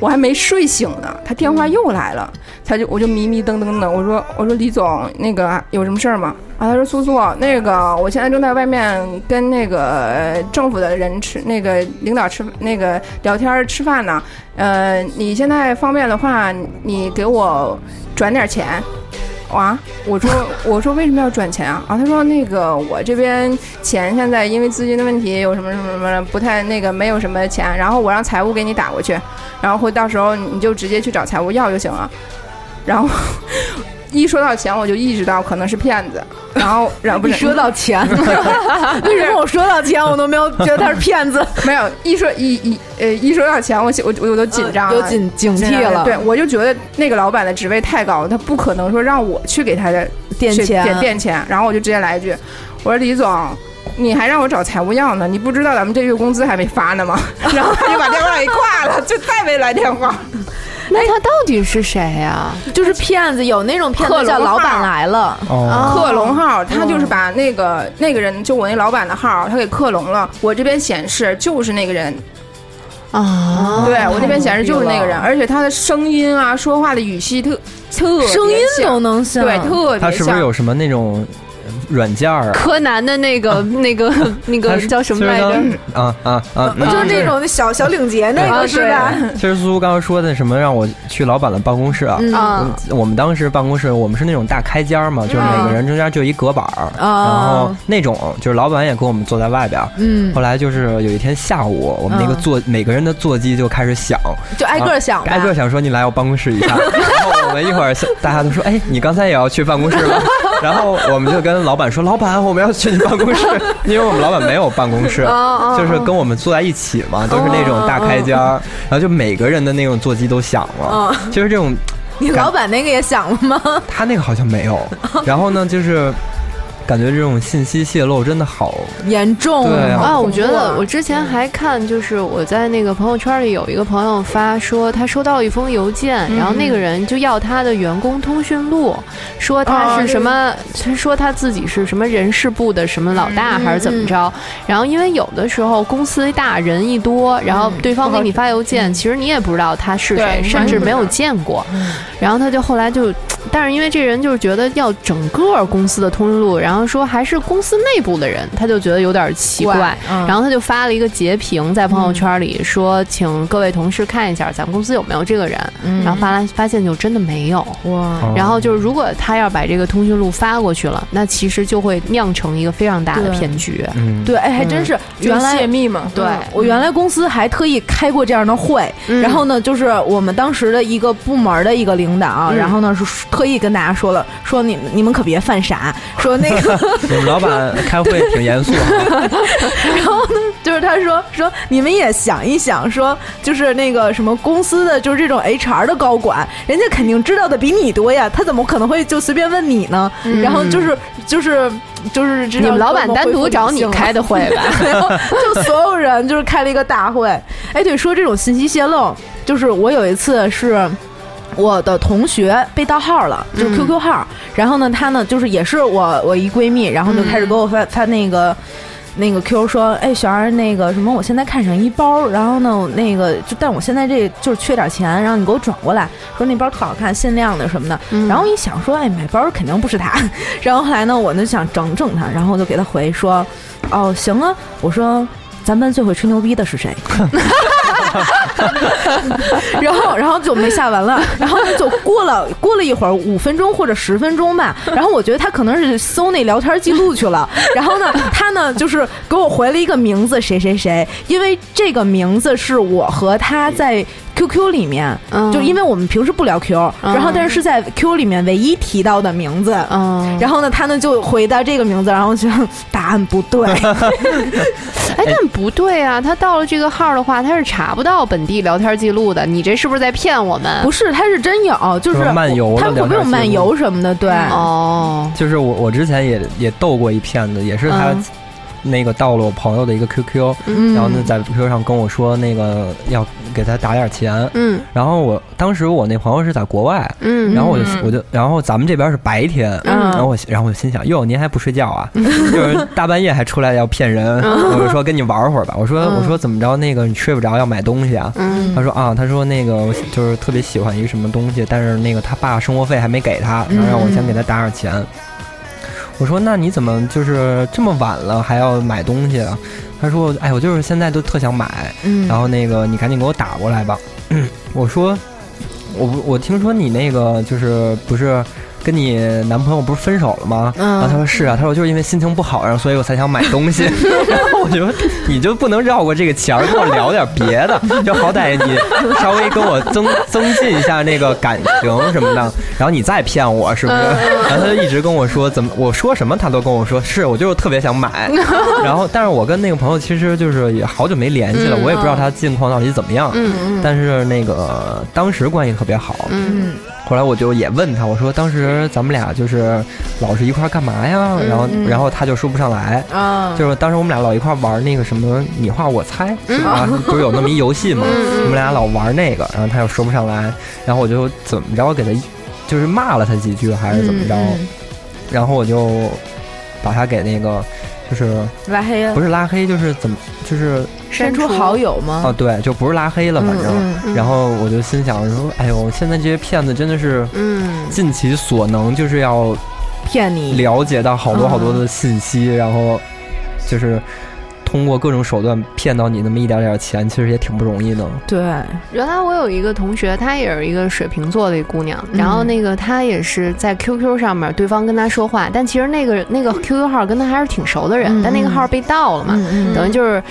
S8: 我还没睡醒呢，他电话又来了，他就我就迷迷瞪瞪的，我说我说李总，那个有什么事儿吗？啊，他说苏苏，那个我现在正在外面跟那个、呃政府的人吃那个领导吃那个聊天儿吃饭呢，呃，你现在方便的话，你给我转点钱。啊！我说 我说为什么要转钱啊？啊，他说那个我这边钱现在因为资金的问题有什么什么什么的不太那个没有什么钱，然后我让财务给你打过去，然后会到时候你就直接去找财务要就行了。然后 一说到钱，我就意识到可能是骗子，然后然后不
S6: 一
S8: 是
S6: 说到钱，为什么我说到钱，我都没有觉得他是骗 子？
S8: 没有一说一一呃一说到钱，我心我我我都紧张了，
S6: 啊有警警
S8: 紧张
S6: 惕了，
S8: 对，我就觉得那个老板的职位太高了，他不可能说让我去给他的
S6: 垫
S8: 去
S6: 钱
S8: 点垫钱，然后我就直接来一句，我说李总。你还让我找财务要呢？你不知道咱们这月工资还没发呢吗？ 然后他就把电话给挂了，就再没来电话。
S7: 那他到底是谁啊呀？
S6: 就是骗子，有那种骗
S8: 克
S6: 子
S8: 隆
S6: 叫
S8: 号
S6: 老板来了，
S4: 哦，
S8: 克隆号，他就是把那个那个人，就我那老板的号，他给克隆了。我这边显示就是那个人，
S6: 哦
S7: 啊，
S8: 对我那边显示就是那个人，而且他的声音啊，说话的语气特特别
S6: 声音
S8: 像
S6: 都能像，
S8: 对，特别像。
S4: 他是不是有什么那种软件儿啊？
S7: 柯南的那个、那个、那
S4: 他
S7: 个
S4: 是
S7: 叫什么来着？？
S4: 其实刚啊啊啊！
S8: 嗯
S4: 那
S6: 就是那种那小小领结那
S7: 啊
S6: 个是吧？
S4: 其实苏苏刚刚说的什么让我去老板的办公室啊？
S6: 嗯
S7: 啊，
S4: 我们当时办公室，我们是那种大开间儿嘛，就是每个人中间就一隔板儿，然后
S6: 啊，
S4: 那种就是老板也跟我们坐在外边儿。
S6: 嗯
S4: 后，来就是有一天下午，我们那个座、每个人的座机就开始响，
S6: 就挨个儿想
S4: 挨个
S6: 呗。
S4: 想说你来我办公室一 下。然后我们一会儿大家都说，哎，你刚才也要去办公室吗？然后我们就跟老板说，老板，我们要去你办公室，因为我们老板没有办公室，
S6: 哦
S7: 啊
S4: 就是跟我们坐在一起嘛，都是那种大开间
S6: 哦
S4: 儿，然后就每个人的那种座机都响了，就是这种
S6: 你老板那个也想了吗？哦
S4: 他那个好像没有。然后呢，就是感觉这种信息泄露真的好，
S6: 严重
S4: 对啊
S7: 啊，我觉得我之前还看，就是我在那个朋友圈里有一个朋友发说，他收到一封邮件，然后那个人就要他的员工通讯录，说他是什么，说他自己是什么人事部的什么老大还是怎么着。然后因为有的时候公司一大人一多，然后对方给你发邮件，其实你也不知道他是谁，
S8: 对
S7: 甚至没有见过。然后他就后来就。但是因为这人就是觉得要整个公司的通讯录，然后说还是公司内部的人，他就觉得有点奇怪。
S6: 嗯
S7: 然后他就发了一个截屏在朋友圈里说，请各位同事看一下咱们公司有没有这个人。
S6: 嗯
S7: 然后发来发现就真的没有。
S6: 哇，
S4: 哦
S7: 然后就是如果他要把这个通讯录发过去了，那其实就会酿成一个非常大的
S6: 对
S7: 骗局。
S4: 嗯，
S6: 对，哎，还真是原来。
S8: 密嘛，
S7: 对
S6: 嗯我原来公司还特意开过这样的会，然后呢，就是我们当时的一个部门的一个领导，
S7: 嗯
S6: 然后呢是特意跟大家说了，说你们你们可别犯傻，说那个
S4: 我们老板开会挺严肃，
S6: 然后呢，就是他说说你们也想一想，说就是那个什么公司的，就是这种 HR 的高管，人家肯定知道的比你多呀，他怎么可能会就随便问你呢？然后就是就是就是知道
S7: 嗯你们老板单独找你
S6: 怎么恢复理性了
S7: 开的会 吧？
S6: 然后就所有人就是开了一个大会。哎，对，说这种信息泄露，就是我有一次是。我的同学被盗号了，就是
S7: 嗯
S6: QQ 号。然后呢，她呢就是也是我我一闺蜜，然后就开始给我发、发那个那个 Q 说，哎，璇儿那个什么，我现在看上一包，然后呢，我那个就但我现在这就是缺点钱，然后你给我转过来，说那包特好看，限量的什么的。然后一想说，哎，买包肯定不是他。 然后后来呢，我就想整整他，然后我就给他回说，哦，行啊，我说咱班最会吹牛逼的是谁？ 然后，然后就没下文了。然后就过了过了一会儿，五分钟或者十分钟吧。然后我觉得他可能是搜那聊天记录去了。然后呢，他呢就是给我回了一个名字谁谁谁，因为这个名字是我和他在 QQ 里面，
S7: 嗯
S6: 就因为我们平时不聊 Q，然后但是是在 Q 里面唯一提到的名字。
S7: 嗯，
S6: 然后呢，他呢就回答这个名字，然后我觉得 答案不对。
S7: 哎，但不对啊，他到了这个号的话，他是查不到本地聊天记录的。你这是不是在骗我们？
S6: 不是，他是真有，就是
S4: 什么漫游了
S6: 他们会不会有漫游什么的？对，嗯
S7: 哦，
S4: 就是我我之前也也斗过一骗子，也是他
S7: 嗯
S4: 那个盗了我朋友的一个 QQ，、
S6: 嗯
S4: 然后呢在 QQ 上跟我说那个要给他打点钱。
S7: 嗯
S4: 然后我当时我那朋友是在国外，
S7: 嗯，
S4: 然后我就
S8: 嗯
S4: 我就然后咱们这边是白天，
S7: 嗯
S4: 然后我然后我就心想，哟，您还不睡觉啊？就是大半夜还出来要骗人。
S7: 嗯
S4: 我就说跟你玩会儿吧，我说我说怎么着那个你睡不着要买东西啊？
S7: 嗯
S4: 他说啊，他说那个我就是特别喜欢一个什么东西，但是那个他爸生活费还没给他，
S6: 嗯
S4: 然后让我先给他打点钱。我说那你怎么就是这么晚了还要买东西啊？他说哎，我就是现在都特想买，
S6: 嗯
S4: 然后那个你赶紧给我打过来吧。 我说我不我听说你那个就是不是。跟你男朋友不是分手了吗？
S6: 嗯
S4: 然后他说是啊，他说就是因为心情不好，然后所以我才想买东西。 然后我就你就不能绕过这个钱儿跟我聊点别 的，就好歹你稍微跟我增增进一下那个感情什么的，然后你再骗我是不是？
S6: 嗯
S4: 然后他就一直跟我说怎么我说什么他都跟我说是我就是特别想 买，然后但是我跟那个朋友其实就是也好久没联系了，
S6: 嗯
S4: 我也不知道他近况到底怎么样，但是那个当时关系特别好，
S6: 嗯
S4: 后来我就也问他，我说当时咱们俩就是老是一块儿干嘛呀？然后
S6: 嗯
S4: 然后他就说不上来，
S6: 啊，
S4: 就是当时我们俩老一块玩那个什么你画我猜
S6: 嗯
S4: 啊，不是有那么一游戏嘛？我们俩老玩那个，然后他又说不上来，然后我就怎么着给他，就是骂了他几句还是怎么着，
S6: 嗯
S4: 然后我就把他给那个就是
S6: 拉黑了
S4: 不，是拉黑，啊就是怎么就是
S6: 删除好友吗？
S4: 啊对，就不是拉黑了，反正。
S6: 嗯
S4: 然后我就心想说，哎呦，现在这些骗子真的是
S7: 嗯
S4: 尽其所能，就是要
S6: 骗你，
S4: 了解到好多好多的信息，然
S6: 嗯
S4: 后就是通过各种手段骗到你那么一点点钱，其实也挺不容易的。
S6: 对，
S7: 原来我有一个同学，她也是一个水瓶座的一姑娘，
S6: 嗯
S7: 然后那个她也是在 QQ 上面，对方跟她说话，但其实那个那个 QQ 号跟她还是挺熟的
S6: 嗯
S7: 人，但那个号被盗了嘛，
S6: 嗯
S7: 等于就是。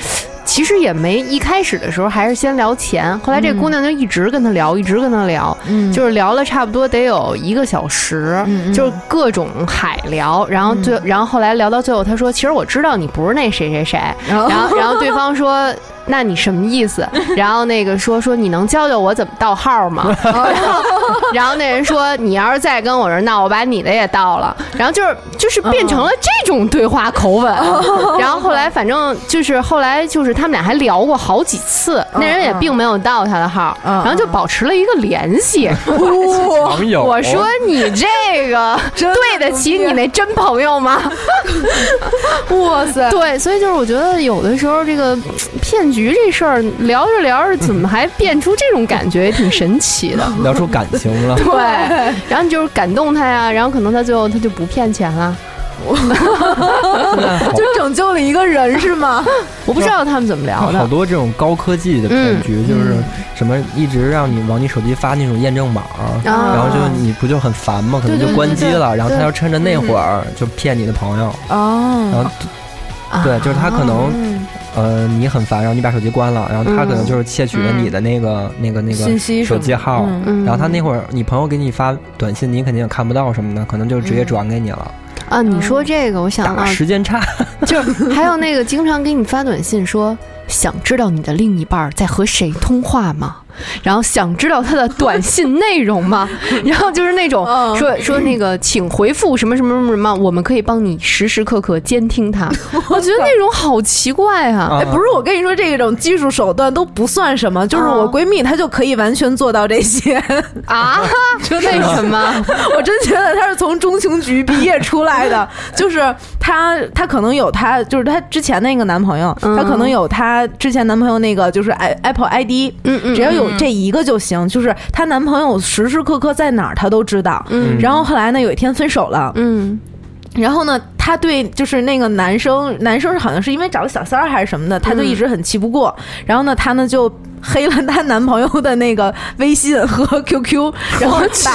S7: 其实也没一开始的时候，还是先聊钱。后来这姑娘就一直跟他聊，一直跟他聊，
S6: 嗯
S7: 就是聊了差不多得有一个小时，
S6: 嗯嗯嗯
S7: 就是各种海聊。然后最，然后后来聊到最后，他说：“其实我知道你不是那谁谁谁。”
S6: 然
S7: 然后，然后对方说：“那你什么意思？”然后那个说：“说你能教教我怎么盗号吗？” 然后，然后那人说：“你要是再跟我这儿闹，我把你的也盗了。”然后就是就是变成了这种对话口吻。然后后来反正就是后来就是他们俩还聊过好几次，那人也并没有盗他的号，
S6: 嗯嗯
S7: 然后就保持了一个联系。
S4: 网友，
S7: 我说你这个对得起你那真朋友吗？ 哇塞！ 对，所以就是我觉得有的时候这个骗局这事儿聊着聊着，怎么还变出这种感觉，也挺神奇 的。，
S4: 聊出感情了
S7: 对，然后你就是感动他呀，然后可能他最后他就不骗钱了。
S4: 那好
S6: 就拯救了一个人是吗？
S7: 我不知道他们怎么聊
S4: 好
S7: 的。
S4: 多这种高科技的骗
S6: 嗯
S4: 局，就是什么一直让你往你手机发那种验证码。
S7: 啊
S4: 然后就你不就很烦吗？可能
S6: 对
S4: 就
S6: 对
S4: 关
S6: 对
S4: 机
S6: 对嗯
S4: 了，然后他
S7: 对
S4: 要趁着那会儿就骗你的朋友，然
S6: 哦，
S4: 后
S6: 啊
S4: 对，就是他可能呃你很烦，然后你把手机关了，然后他可能就是窃取了你的那个那个那个
S6: 嗯信息什
S4: 手
S6: 么
S4: 机号，
S6: 嗯
S7: 嗯
S4: 然后他那会儿你朋友给你发短信，你肯定也看不到什么的，可能就直接转给你了，
S7: 啊，你说这个，我想
S4: 打
S7: 啊，
S4: 时间差。
S7: 就是 还有那个经常给你发短信说，想知道你的另一半在和谁通话吗？然后想知道他的短信内容 吗？然后就是那种
S6: 嗯
S7: 说说那个，请回复什么什么什么什么，我们可以帮你时时刻刻监听他。 我觉得那种好奇怪啊！
S6: 哎，
S4: 啊
S6: 不是，我跟你说，这种技术手段都不算什么，就是我闺蜜她就可以完全做到这些。
S7: 啊， 为什 么？
S6: 我真觉得她是从中情局毕业出来 的，就是她，她可能有她，就是她之前那个男朋友，
S7: 嗯
S6: 她可能有她之前男朋友那个就是 i Apple ID，
S7: 嗯嗯，
S6: 只要有这一个就行。就是她男朋友时时刻刻在哪儿，她都知道。
S7: 嗯
S6: 然后后来呢，有一天分手了，
S7: 嗯
S6: 然后呢，她对就是那个男生，男生好像是因为找了小三儿还是什么的，她就一直很气不过。然后呢，她呢就黑了她男朋友的那个微信和 QQ，然后把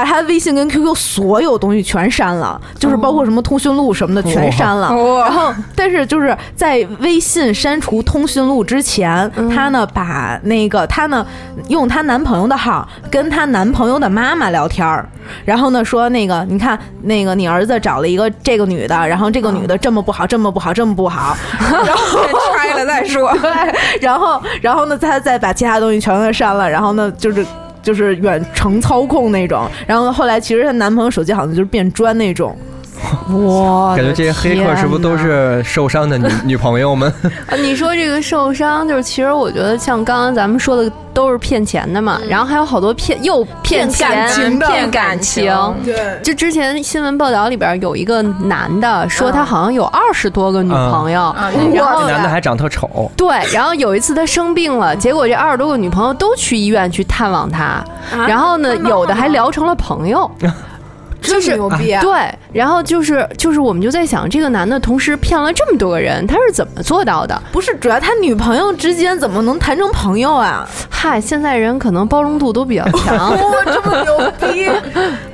S6: 把她微信跟 QQ 所有东西全删了，就是包括什么通讯录什么的全删
S8: 哦
S6: 了。然
S7: 哦
S6: 后，但是就是在微信删除通讯录之前，她呢把那个她呢用她男朋友的号跟她男朋友的妈妈聊天儿，然后呢说那个你看那个你儿子找了一个这个女的，然后这个女的这么不好，这么不好，这么不好，然后
S8: 拆了再说。
S6: 对，然后然后呢她再把其他东西全给删了，然后呢就是。就是远程操控那种，然后后来其实她男朋友手机好像就是变砖那种，
S7: 嗯哇，
S4: 感觉这些黑客是不是都是受伤的女女朋友 们？
S7: 啊，你说这个受伤，就是其实我觉得像刚刚咱们说的都是骗钱的嘛，然后还有好多骗又 骗钱
S6: 骗感情的
S7: 骗感情。
S6: 对，
S7: 就之前新闻报道里边有一个男的说他好像有二十多个女朋友，
S8: 啊，
S7: 然后
S4: 这男的还长特丑，
S7: 对，然后有一次他生病了，结果这二十多个女朋友都去医院去探望他，然后呢，有的还聊成了朋友。
S6: 这么牛逼啊！
S7: 对，然后就是就是，我们就在想，这个男的同时骗了这么多个人，他是怎么做到的？
S6: 不是，主要他女朋友之间怎么能谈成朋友啊？
S7: 嗨，现在人可能包容度都比较 强。
S6: 哇，这么牛逼！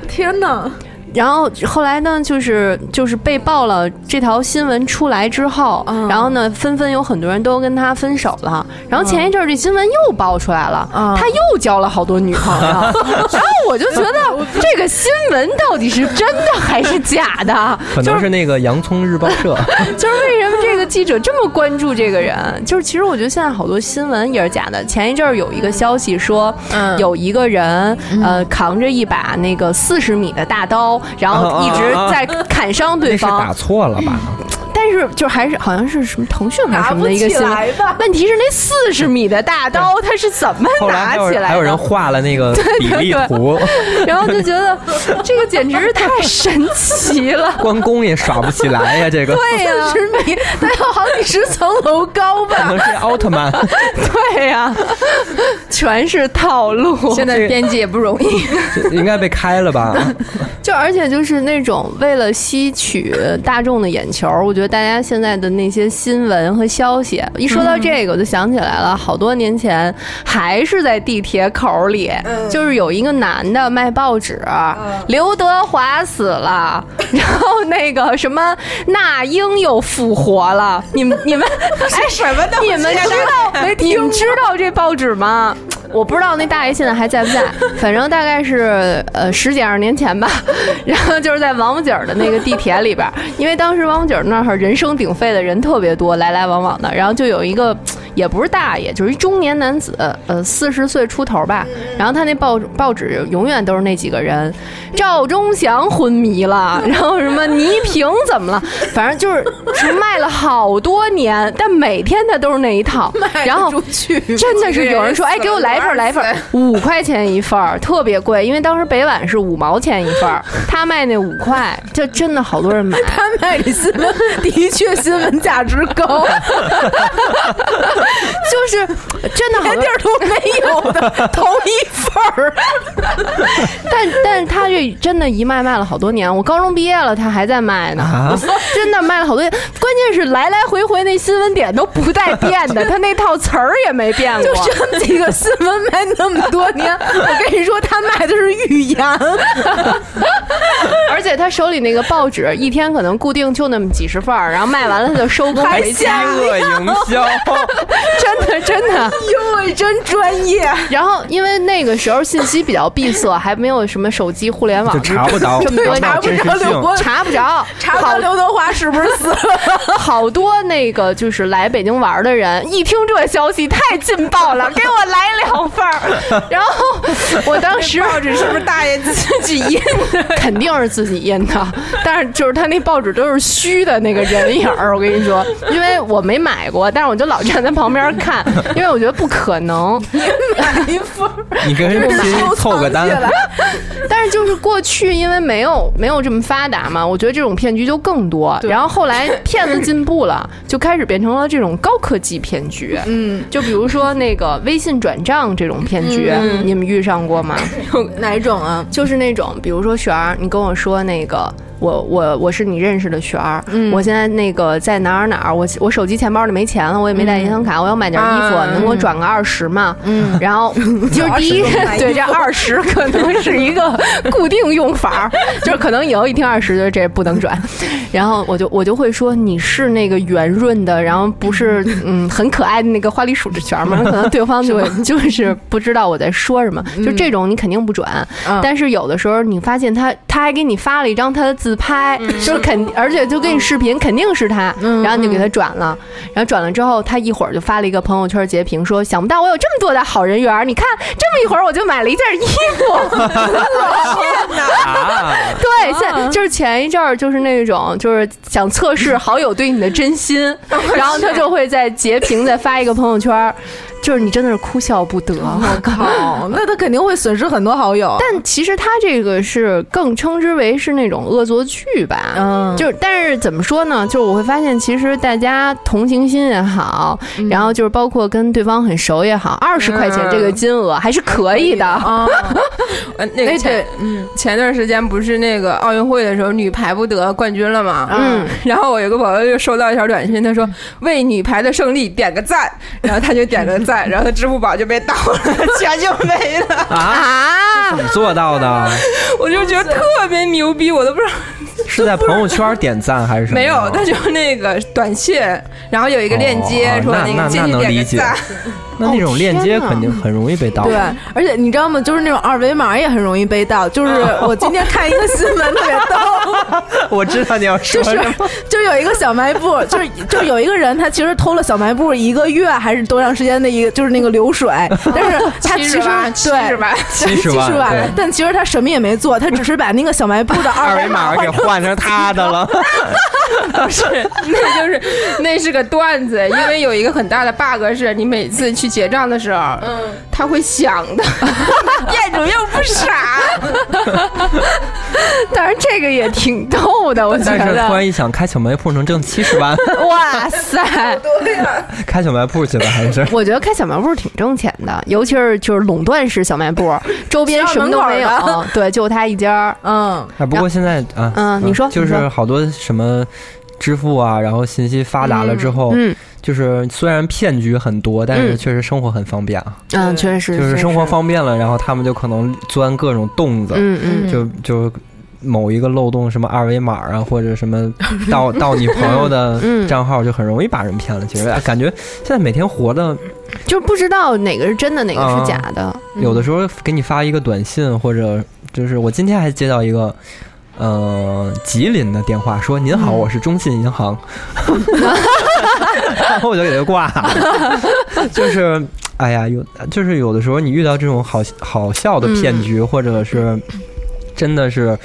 S6: 天哪！
S7: 然后后来呢，就是就是被爆了这条新闻出来之后，
S6: 嗯
S7: 然后呢，纷纷有很多人都跟他分手了。然后前一阵儿这新闻又爆出来了，
S6: 嗯
S7: 他又交了好多女 朋友。然后我就觉得这个新闻到底是真的还是假的？
S4: 可能是那个洋葱日报社。
S7: 就是为什么这个记者这么关注这个人？ 就是其实我觉得现在好多新闻也是假的。前一阵儿有一个消息说，
S6: 嗯
S7: 有一个人呃扛着一把那个四十米的大刀，然后一直在砍伤 对
S4: 那是
S7: 方。
S4: 打错了 吧？
S7: 但是就还是好像是什么腾讯还是什么的一个新
S6: 拿不起来
S7: 闻
S6: 吧。
S7: 问题是那四 十米的大刀它是怎么
S4: 后来
S7: 拿
S4: 还
S7: 起
S4: 有
S7: 来
S4: 还有
S7: 的
S4: 人？画了那个比例 图，
S7: 然后就觉得这个简直是太神奇了。
S4: 关公也耍不起来呀，这个。
S7: 对呀、
S6: 十米，得有好几十层楼高吧？
S4: 可能是奥特曼，
S7: 对呀、全是套路。
S8: 现在编辑也不容易，
S4: 这应该被开了吧？
S7: 就而且就是那种为了吸取大众的眼球，我觉得大家现在的那些新闻和消息，一说到这个，我就想起来了，好多年前还是在地铁口里，就是有一个男的卖报纸，刘德华死了，然后那个什么那英又复活了，你们你们哎什么你们知道你们知道这报纸吗？我不知道那大爷现在还在不 在，反正大概是呃十几二十年前吧。然后就是在王府井的那个地铁里边儿，因为当时王府井那儿人声鼎沸的人特别多，来来往往的。然后就有一个也不是大爷，就是一中年男子，呃四十岁出头吧。
S6: 嗯
S7: 然后他那报报纸永远都是那几个人，赵忠祥昏迷 了，然后什么倪萍怎么了，反正就是是卖了好多年，但每天他都是那 一套。然后真的是有人说，哎，给我来一份儿，来一份儿，五块钱一份儿，特别贵，因为当时北碗是五毛钱一份儿，他卖那五块，就真的好多人买。
S6: 他卖这新闻的确新闻价值高，
S7: 就是真的好
S6: 连
S7: 多
S6: 地，儿都没有的头一份儿，
S7: 但但是他这真的一卖卖了好多年，我高中毕业了，他还在卖呢，
S4: 啊，
S7: 真的卖了好多年。关键是来来回回那新闻点都不带变 的，他那套词儿也没变过。
S6: 就这么几个新闻卖那么多年，我跟你说，他卖的是预言。
S7: 而且他手里那个报纸一天可能固定就那么几十份儿，然后卖完了他就 收工回家，
S4: 恶营销，
S7: 真的真的。
S6: 哟喂，真专业！
S7: 然后因为那个时候信息比较闭塞，还没有什么手机、互联 网
S4: 就，查不 着，
S7: 这么多
S4: 查
S7: 年
S4: 不着真实性。
S7: 查不着，
S6: 查不到刘德华是不是死了？
S7: 好 好多那个就是来北京玩的人，一听这消息太劲爆了，给我来两份 儿。然后我当时报纸是不是大爷自己印的？ 肯定是自己印的，但是就是他那报纸都是虚的那个人影儿，我跟你说，因为我没买过，但是我就老站在旁边看，因为我觉得不可能。
S4: 你跟人拼凑个单，
S7: 但是就是过去因为没有没有这么发达嘛，我觉得这种骗局就更多。然后后来骗子进步了，就开始变成了这种高科技骗局。嗯，就比如说那个微信转账这种骗局，你们遇上过吗？
S6: 哪种啊？
S7: 就是那种，比如说璇儿，你跟我说那个。我我我是你认识的璇儿，我现在那个在哪儿哪儿，我我手机钱包里没钱了，我也没带银行卡，我要买点衣服，
S8: 啊
S7: 能给我转个二十吗？嗯，然 后就是第一
S6: 20都买衣服，
S7: 对这二十可能是一个固定用法儿，就是可能以后一听二十就这不能转，然后我就我就会说你是那个圆润的，然后不是嗯很可爱的那个花栗鼠的璇儿吗？可能对方就会就是嗯不知道我在嗯说什么，就这种你肯定不转，但是有的时候你发现他他还给你发了一张他的自自拍，就是肯，而且就给你视频，肯定是他，
S6: 嗯
S7: 然后你就给他转了，然后转了之后，他一会儿就发了一个朋友圈截屏，说想不到我有这么多的好人缘儿，你看这么一会儿我就买了一件衣服，
S4: 啊，
S7: 对，现就是前一阵儿就是那种就是想测试好友对你的真心，然后他就会在截屏再发一个朋友圈儿，就是你真的是哭笑不得，我靠。
S6: 哦，那他肯定会损失很多好友。
S7: 但其实他这个是更称之为是那种恶作剧吧，
S6: 嗯
S7: 就是但是怎么说呢？就是我会发现，其实大家同情心也好，然后就是包括跟对方很熟也好，二十块钱这个金额还是可以的。
S6: 啊，
S8: 呃，那个前前段时间不是那个奥运会的时候，女排不得冠军了吗？
S7: 嗯，
S8: 然后我有个朋友就收到一条短信，他说为女排的胜利点个赞，然后他就点了个赞，然后他支付宝就被盗了， 钱就没了。
S4: 啊怎么做到的？
S8: 我就觉得特别牛逼，我都不知道
S4: 是在朋友圈点赞还是什么？
S8: 没有，他就那个短信，然后有一个链接
S4: 哦
S8: 说
S4: 那
S8: 那
S4: 那
S8: 个进
S4: 那
S8: 去
S4: 能
S8: 点
S4: 理
S8: 个
S4: 解
S8: 赞，
S4: 那那种链接肯定很容易被盗。
S6: 对，而且你知道吗？就是那种二维码也很容易被盗。就是我今天看一个新闻特别逗，
S4: 我知道你要说
S6: 就
S4: 什
S6: 是
S4: 么。
S6: 就是有一个小卖部， 就是就有一个人，他其实偷了小卖部一个月还是多长时间的一个，就是那个流水，但是他其实
S8: 70万
S6: 对
S8: 70万
S6: 七
S4: 70万对
S6: 但其实他什么也没做，他只是把那个小卖部的二
S4: 二
S6: 维
S4: 维
S6: 码
S4: 码给换成他的了，
S8: 那就是那是个段子，因为有一个很大的 bug 是你每次去结账的时候，嗯，他会想的，店主又不傻，
S7: 当然这个也挺逗的，我觉
S4: 但是突
S7: 得。
S4: 然一想，开小卖铺能挣七十万，
S7: 哇塞！
S4: 开小卖铺去吧，还是
S7: 我觉得开小卖部挺挣钱的，尤其是就是垄断式小卖部，周边什么都没
S6: 学校门
S7: 有， 对，就他一家儿。
S6: 嗯，
S4: 啊，不过现在啊，
S7: 嗯你说
S4: 就
S7: 你
S4: 是
S7: 说
S4: 好多什么支付啊，然后信息发达了之后，
S7: 嗯
S4: 就是虽然骗局很多，但是
S7: 嗯
S4: 确实生活很方便啊，
S7: 嗯，确实
S4: 就是生活，方便了，然后他们就可能钻各种洞子，
S7: 嗯嗯，
S4: 就就。某一个漏洞，什么二维码啊，或者什么 盗盗你朋友的
S7: 嗯
S4: 账号，就很容易把人骗了。其实 哎感觉现在每天活的，
S7: 就不知道哪个是真的，哪个是假的。
S4: 嗯有
S6: 嗯
S4: 的时候给你发一个短信，或者就是我今天还接到一个，呃，吉林的电话说：“您
S6: 嗯
S4: 好，我是中信银 行。”然后我就给他挂了。就是，哎呀，有就是有的时候你遇到这种好好笑
S6: 嗯
S4: 的骗局，或者是真的是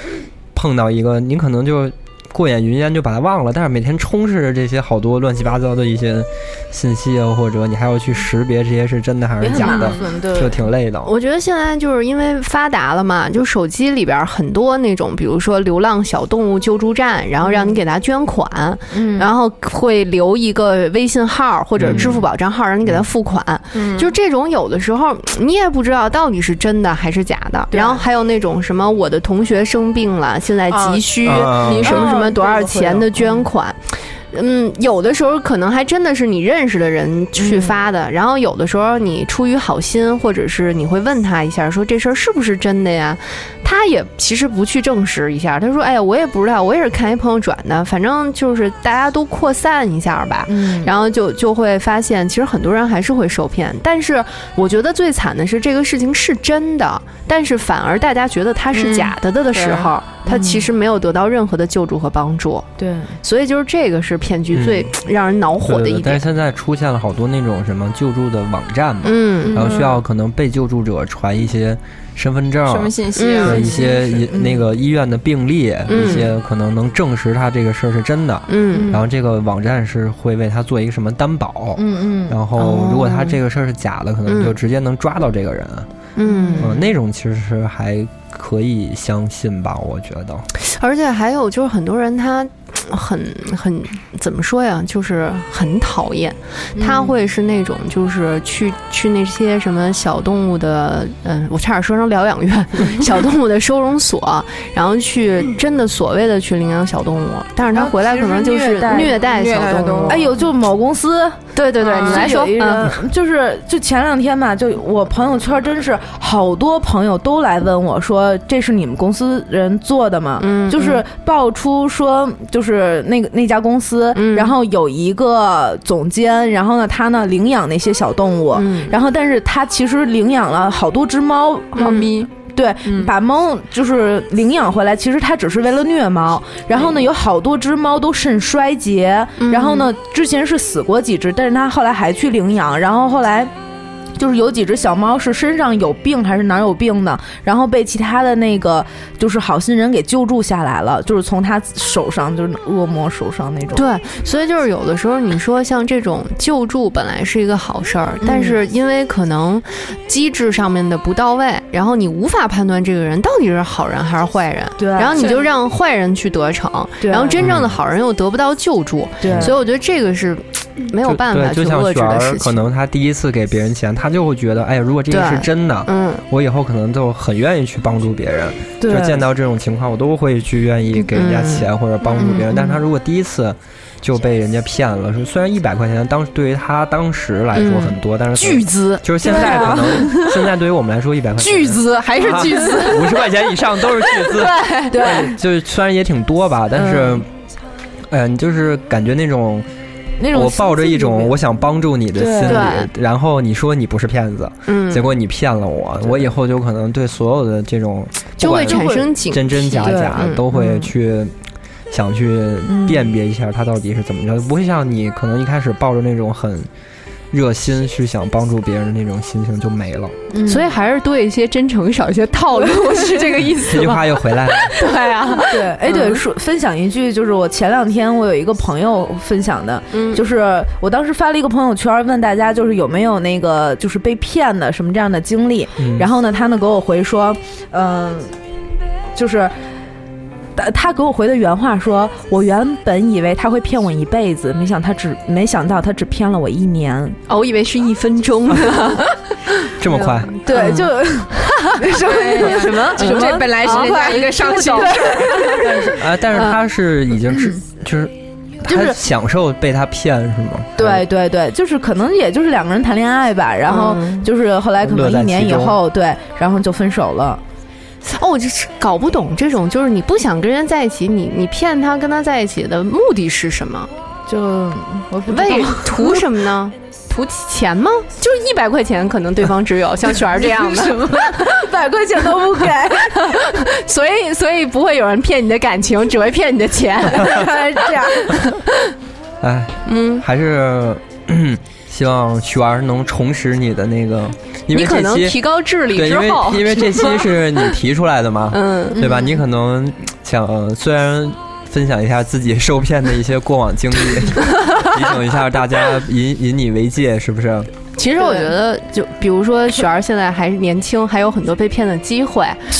S4: 碰到一个，你可能就。过眼云烟就把它忘了，但是每天充斥着这些好多乱七八糟的一些信息啊，或者你还要去识别这些是真的还是
S6: 也很
S4: 假
S6: 麻
S4: 的，
S7: 嗯
S6: 烦，
S4: 就
S6: 对，
S4: 挺累的。
S7: 我觉得现在就是因为发达了嘛，就手机里边儿很多那种，比如说流浪小动物救助站，然后让你给它捐款，
S6: 嗯
S7: 然后会留一个微信号或者支付宝账号，让你给它付款。就这种有的时候你也不知道到底是真的还是假的。然后还有那种什么我的同学生病了，现在急需、
S4: 啊
S7: 什么什么
S6: 哦
S7: 多少钱的
S6: 这个会有
S7: 捐款。嗯，有的时候可能还真的是你认识的人
S6: 嗯
S7: 去发的，然后有的时候你出于好心，或者是你会问他一下，说这事儿是不是真的呀？他也其实不去证实一下，他说：“哎呀，我也不知道，我也是看一朋友转的，反正就是大家都扩散一下吧。”
S6: 嗯
S7: 然后就就会发现，其实很多人还是会受骗。但是我觉得最惨的是，这个事情是真的，但是反而大家觉得它是假的的的时候，他其实没有得到任何的救助和帮助。
S6: 对，
S7: 所以就是这个是骗局
S4: 嗯
S7: 最让人恼
S4: 对
S7: 火的
S4: 对
S7: 一
S4: 但
S7: 点
S4: 是。现在出现了好多那种什么救助的网站嘛，
S7: 嗯
S4: 然后需要可能被救助者传一些身份证。
S8: 什么信息啊？
S4: 对一些一
S6: 嗯
S4: 那个医院的病历，
S7: 嗯
S4: 一些可能能证实他这个事儿是真的，
S7: 嗯
S4: 然后这个网站是会为他做一个什么担保，
S6: 嗯
S4: 然后如果他这个事儿是假的，可能
S7: 嗯
S4: 就直接能抓到这个人，
S7: 嗯，
S4: 嗯，那种其实是还可以相信吧，我觉得，
S7: 而且还有就是很多人他很很怎么说呀，就是很讨厌，
S6: 嗯
S7: 他会是那种就是去去那些什么小动物的，嗯，我差点说成疗养院，小动物的收容所，然后去真的所谓的去领养小动物，但是他回来可能就是
S6: 然后其实是
S7: 虐待
S8: 虐
S7: 小
S8: 待
S7: 动
S8: 动物
S7: 物。
S6: 哎呦，就某公司
S7: 对对对，
S8: 啊
S7: 你来说
S6: 有一，
S7: 嗯
S6: 人，就是就前两天嘛，就我朋友圈真是好多朋友都来问我说，这是你们公司人做的吗？
S7: 嗯
S6: 就是爆出说，就是那个那家公司，
S7: 嗯
S6: 然后有一个总监，然后呢，他呢领养那些小动物。
S7: 嗯，
S6: 然后，但是他其实领养了好多只猫，
S7: 嗯
S8: 猫咪，
S6: 对，
S2: 嗯
S6: 把猫就是领养回来，其实它只是为了虐猫。然
S7: 嗯
S6: 后呢，有好多只猫都肾衰竭，然后呢，之前是死过几只，但是它后来还去领养，然后后来。就是有几只小猫是身上有病还是哪儿有病的，然后被其他的那个就是好心人给救助下来了，就是从它手上就是恶魔手上那种。
S7: 对，所以就是有的时候你说像这种救助本来是一个好事儿，但是因为可能机制上面的不到位，然后你无法判断这个人到底是好人还是坏人，
S6: 对
S7: 然后你
S8: 是
S7: 就让坏人去得逞，
S6: 对
S7: 然后真
S4: 嗯
S7: 正的好人又得不到救助，
S6: 对，
S7: 所以我觉得这个是没有
S4: 就
S7: 办
S4: 对
S7: 法去
S4: 就像
S7: 遏制
S4: 雪
S7: 的
S4: 儿
S7: 事，
S4: 可
S7: 情。
S4: 能她第一次给别人钱，她就会觉得，哎呀，如果这个
S7: 对
S4: 是真的，
S7: 嗯，
S4: 我以后可能就很愿意去帮助别人。
S6: 对
S4: 就见到这种情况，我都会去愿意给人家钱或者帮助别人。
S7: 嗯
S4: 但是他如果第一次就被人家骗了，说虽然一百块钱当时对于他当时来
S7: 嗯
S4: 说很多，但是
S6: 巨资，
S4: 就是现在
S7: 啊
S4: 可能、现在对于我们来说一百块钱
S6: 巨资还是巨资，
S4: 五十块钱以上都是巨资，
S6: 对，
S4: 就是虽然也挺多吧，但是。嗯你就是感觉那种，
S6: 那种
S4: 我抱着一种我想帮助你的
S6: 对
S4: 心理，然后你说你不是骗子，
S7: 嗯
S4: 结，果你骗了我，我以后就可能对所有的这种
S7: 就
S4: 不
S7: 会
S4: 管
S7: 产生警
S4: 真真假
S7: 惕
S4: 假
S7: 对嗯
S4: 都会去想去辨别一下它到底是怎么着，不会像你可能一开始抱着那种很热心去想帮助别人的那种心情就没了。
S7: 所以还是多一些真诚，少一些套 路，是这个意
S4: 这
S7: 思
S4: 句
S7: 吗？
S4: 话又回来了，
S7: 对啊，
S6: 对，哎，对，说分享一句，就是我前两天我有一个朋友分享的，
S7: 嗯
S6: 就是我当时发了一个朋友圈，问大家就是有没有那个就是被骗的什么这样的经历，
S4: 嗯
S6: 然后呢，他呢给我回说，嗯、就是。他他给我回的原话说：“我原本以为他会骗我一辈子，没想他只没想到他只骗了我一年。
S7: 哦，我以为是一分钟呢，
S4: 这么快，
S6: 对，就什么什么
S8: 这这本来是人家一个上手，
S4: 啊，但
S7: 嗯
S4: 是他是已经是就是。
S6: 就是
S4: 他享受被他骗是吗？哎
S6: 对，对对，就是可能也就是两个人谈恋爱吧，然后就是后来可能
S4: 乐在
S6: 一年
S4: 其
S6: 以
S4: 中
S6: 后，对，然后就分手了。
S7: 哦，我就是搞不懂这种，就是你不想跟人在一起，你你骗他跟他在一起的目的是什么？
S6: 就我不知道
S7: 为图什么 呢？图钱吗？就是一百块钱，可能对方 只有像雪儿这样的，
S6: 百块钱都不给，
S7: 所以所以不会有人骗你的感情，只会骗你的钱。
S6: 这样
S4: 哎，
S7: 嗯，
S4: 还是希望雪儿能重拾你的那个，因为
S7: 你可
S4: 这
S7: 能
S4: 期
S7: 提高智力
S4: 对，
S7: 之
S4: 因为
S7: 后，
S4: 因为这期是你提出来的嘛，
S7: 嗯，
S4: 对吧？你可能想、呃虽然分享一下自己 受骗的一些过往经历，提醒一下大家，引引你为戒，是不是？
S7: 其实我觉得，就比如说雪儿现在还是年轻，还有很多被骗的机会，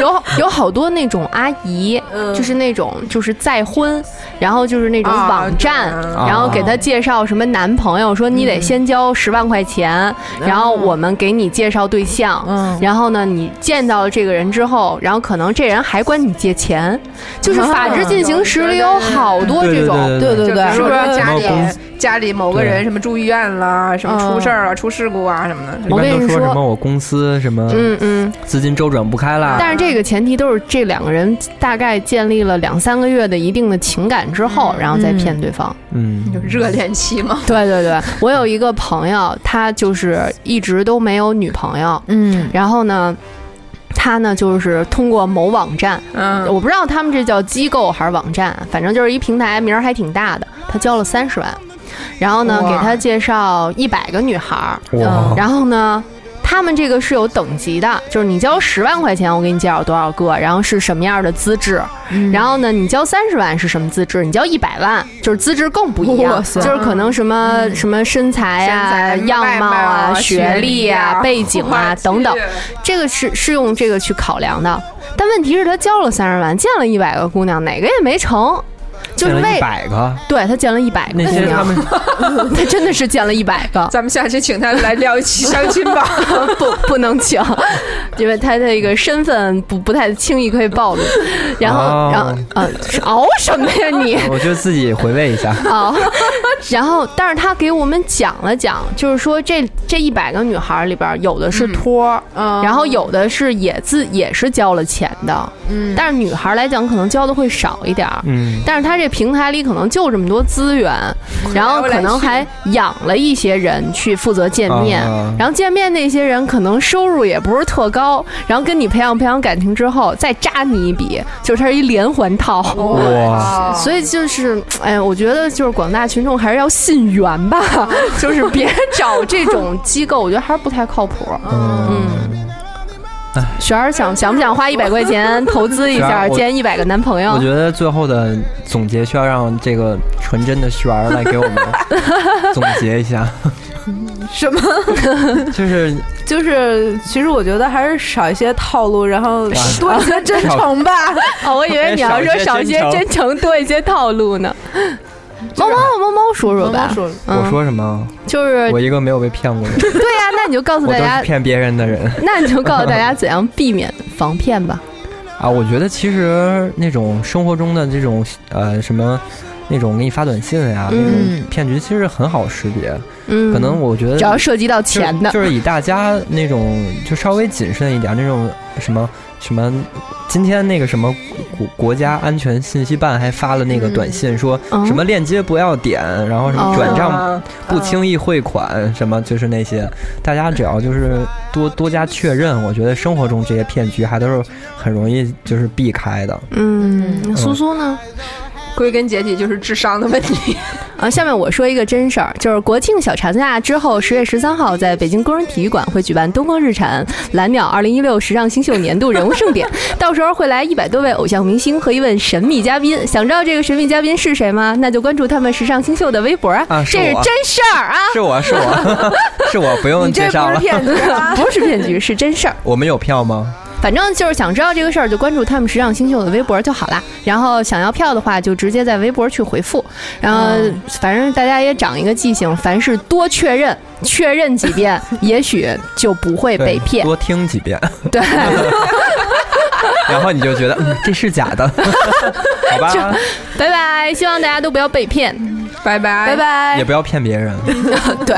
S7: 有有好多那种阿姨，
S4: 嗯
S7: 就是那种就是再婚，然后就是那种
S8: 啊
S7: 网站，
S4: 啊嗯
S7: 然后给她介绍什么男朋友，说你得先交十万块钱，然后我们给你介绍对象。
S6: 嗯，
S7: 然后呢，你见到这个人之后，然后可能这人还管你借钱， 就是《法制进行时》里有好多
S4: 对
S7: 这
S4: 对
S7: 种，
S4: 对
S6: 对
S8: 就
S6: 对
S8: 比
S6: 对，
S8: 如说家
S4: 什么
S8: 里家里某个人什么住医院啦，什么出事儿了、出事故啊什么的。
S4: 一
S7: 我
S4: 般
S7: 跟
S4: 都
S7: 你
S4: 说
S7: 说
S4: 什么我公司什么
S7: 嗯嗯，
S4: 资金周转不开啦，
S7: 但是这个前提都是这两个人大概建立了两三个月的一定的情感之后，然后再骗对方。
S4: 嗯，
S8: 就热恋期嘛，
S7: 对对对，我有一个朋友，他就是一直都没有女朋友，
S6: 嗯，
S7: 然后呢。他呢，就是通过某网站，
S8: 嗯，
S7: 我不知道他们这叫机构还是网站，反正就是一平台，名儿还挺大的。他交了三十万，然后呢，
S8: 哇
S7: 给他介绍一百个女孩儿，
S4: 哇，
S7: 然后呢，他们这个是有等级的，就是你交十万块钱，我给你介绍多少个，然后是什么样的资质，然后呢，你交三十万是什么资质，你交一百万就是资质更不一
S6: 哇
S7: 样，
S6: 塞
S7: 就是可能什么、什么身材
S8: 身
S7: 啊、
S8: 材
S7: 样
S8: 外
S7: 貌
S8: 貌
S7: 啊、
S8: 啊
S7: 学
S8: 学
S7: 历
S8: 历
S7: 啊、
S8: 啊
S7: 背景啊
S8: 我去
S7: 等等，这个是是用这个去考量的。但问题是，他交了三十万，见了一百个姑娘，哪个也没成。就是
S4: 一
S7: 为
S4: 百个，
S7: 对他见了一百个
S4: 那
S7: 姑
S6: 哎
S4: 些他
S7: 娘，
S4: 们
S7: 他真的是见了一百个，
S8: 咱们下期请他来聊一期相亲吧。
S7: 不不能请，因为他这个身份不不太轻易可以暴露。然后，哦
S4: 哦
S7: 然后呃，是熬什么呀你？
S4: 我就自己回味一下，
S7: 哦，然后，但是他给我们讲了讲，就是说这这一百个女孩里边儿，有的是托儿，
S6: 嗯
S7: 然后有的是也自也是交了钱的，
S6: 嗯，
S7: 但是女孩来讲可能交的会少一点儿。
S4: 嗯，
S7: 但是他这平台里可能就这么多资源，
S6: 嗯
S7: 然后可能还养了一些人去负责见面
S4: 啊，
S7: 然后见面那些人可能收入也不是特高，然后跟你培养培养感情之后再扎你一笔，就是它是一连环套。
S4: 哇，
S7: 所以就是，哎，我觉得就是广大群众还是要信源吧， 就是别找这种机构，我觉得还是不太靠谱。
S4: 嗯，
S7: 璇儿想想不想 花一百块钱投资一
S4: 璇
S7: 下，
S4: 儿我
S7: 见一百个男朋
S4: 我
S7: 友？
S4: 觉得最后的总结需要让这个纯真的璇儿来给我们总结一下，
S6: 什么？
S4: 就是
S6: 就是其实我觉得还是少一些套路，然后
S4: 对
S6: 多一些真诚吧。
S7: 哦，我以为你要说少一些真诚，多一些套路呢。猫猫，猫猫说说吧。
S6: 说
S7: 嗯
S4: 我说什么，
S7: 就是
S4: 我一个没有被骗过的人，
S7: 嗯对呀、那你就告诉
S4: 我
S7: 大
S4: 都是
S7: 家，
S4: 骗别人的人。
S7: 那你就告诉大家怎样避免防骗吧。
S4: 啊，我觉得其实那种生活中的这种呃什么。那种给你发短信呀、那
S6: 嗯
S4: 种骗局其实很好识别，
S7: 嗯，
S4: 可能我觉得
S7: 只要涉及到
S4: 就是
S7: 钱的，
S4: 就是以大家那种就稍微谨慎一点，那种什么什么，今天那个什么国国家安全信息办还发了那个短信说
S7: 嗯
S4: 什么链接不要点，然后什么
S7: 哦
S4: 转账不轻易汇款，什么就是那些，大家只要就是多多加确认，我觉得生活中这些骗局还都是很容易就是避开的。
S7: 嗯，那苏苏呢？
S8: 归根结底就是智商的问题。
S7: 啊，下面我说一个真事儿，就是国庆小长假之后，十月十三号在北京工人体育馆会举办东方日产蓝鸟二零一六时尚新秀年度人物盛 典，到时候会来一百多位偶像明星和一位神秘嘉宾。想知道这个神秘嘉宾是谁吗？那就关注他们时尚新秀的微博啊，
S4: 啊是
S7: 这是
S4: 我
S7: 真事儿啊，
S4: 是我是我 是我，不用
S6: 你这
S4: 介
S6: 不
S4: 绍
S6: 是
S4: 了。
S6: 骗子啊！
S7: 不是骗局，是真事儿。
S4: 我们有票吗？
S7: 反正就是想知道这个事儿，就关注他们时尚新秀的微博就好啦。然后想要票的话，就直接在微博去回复。然后
S4: 嗯
S7: 反正大家也长一个记性，凡事多确认，确认几遍，也许就不会
S4: 对，
S7: 被骗。
S4: 多听几遍。
S7: 对，
S4: 然后你就觉得、嗯、这是假 的，好吧，
S7: 拜拜，希望大家都不要被骗，
S8: 拜拜
S7: 拜
S8: 拜拜。
S7: 拜
S4: 也。不要骗别人。
S7: 对，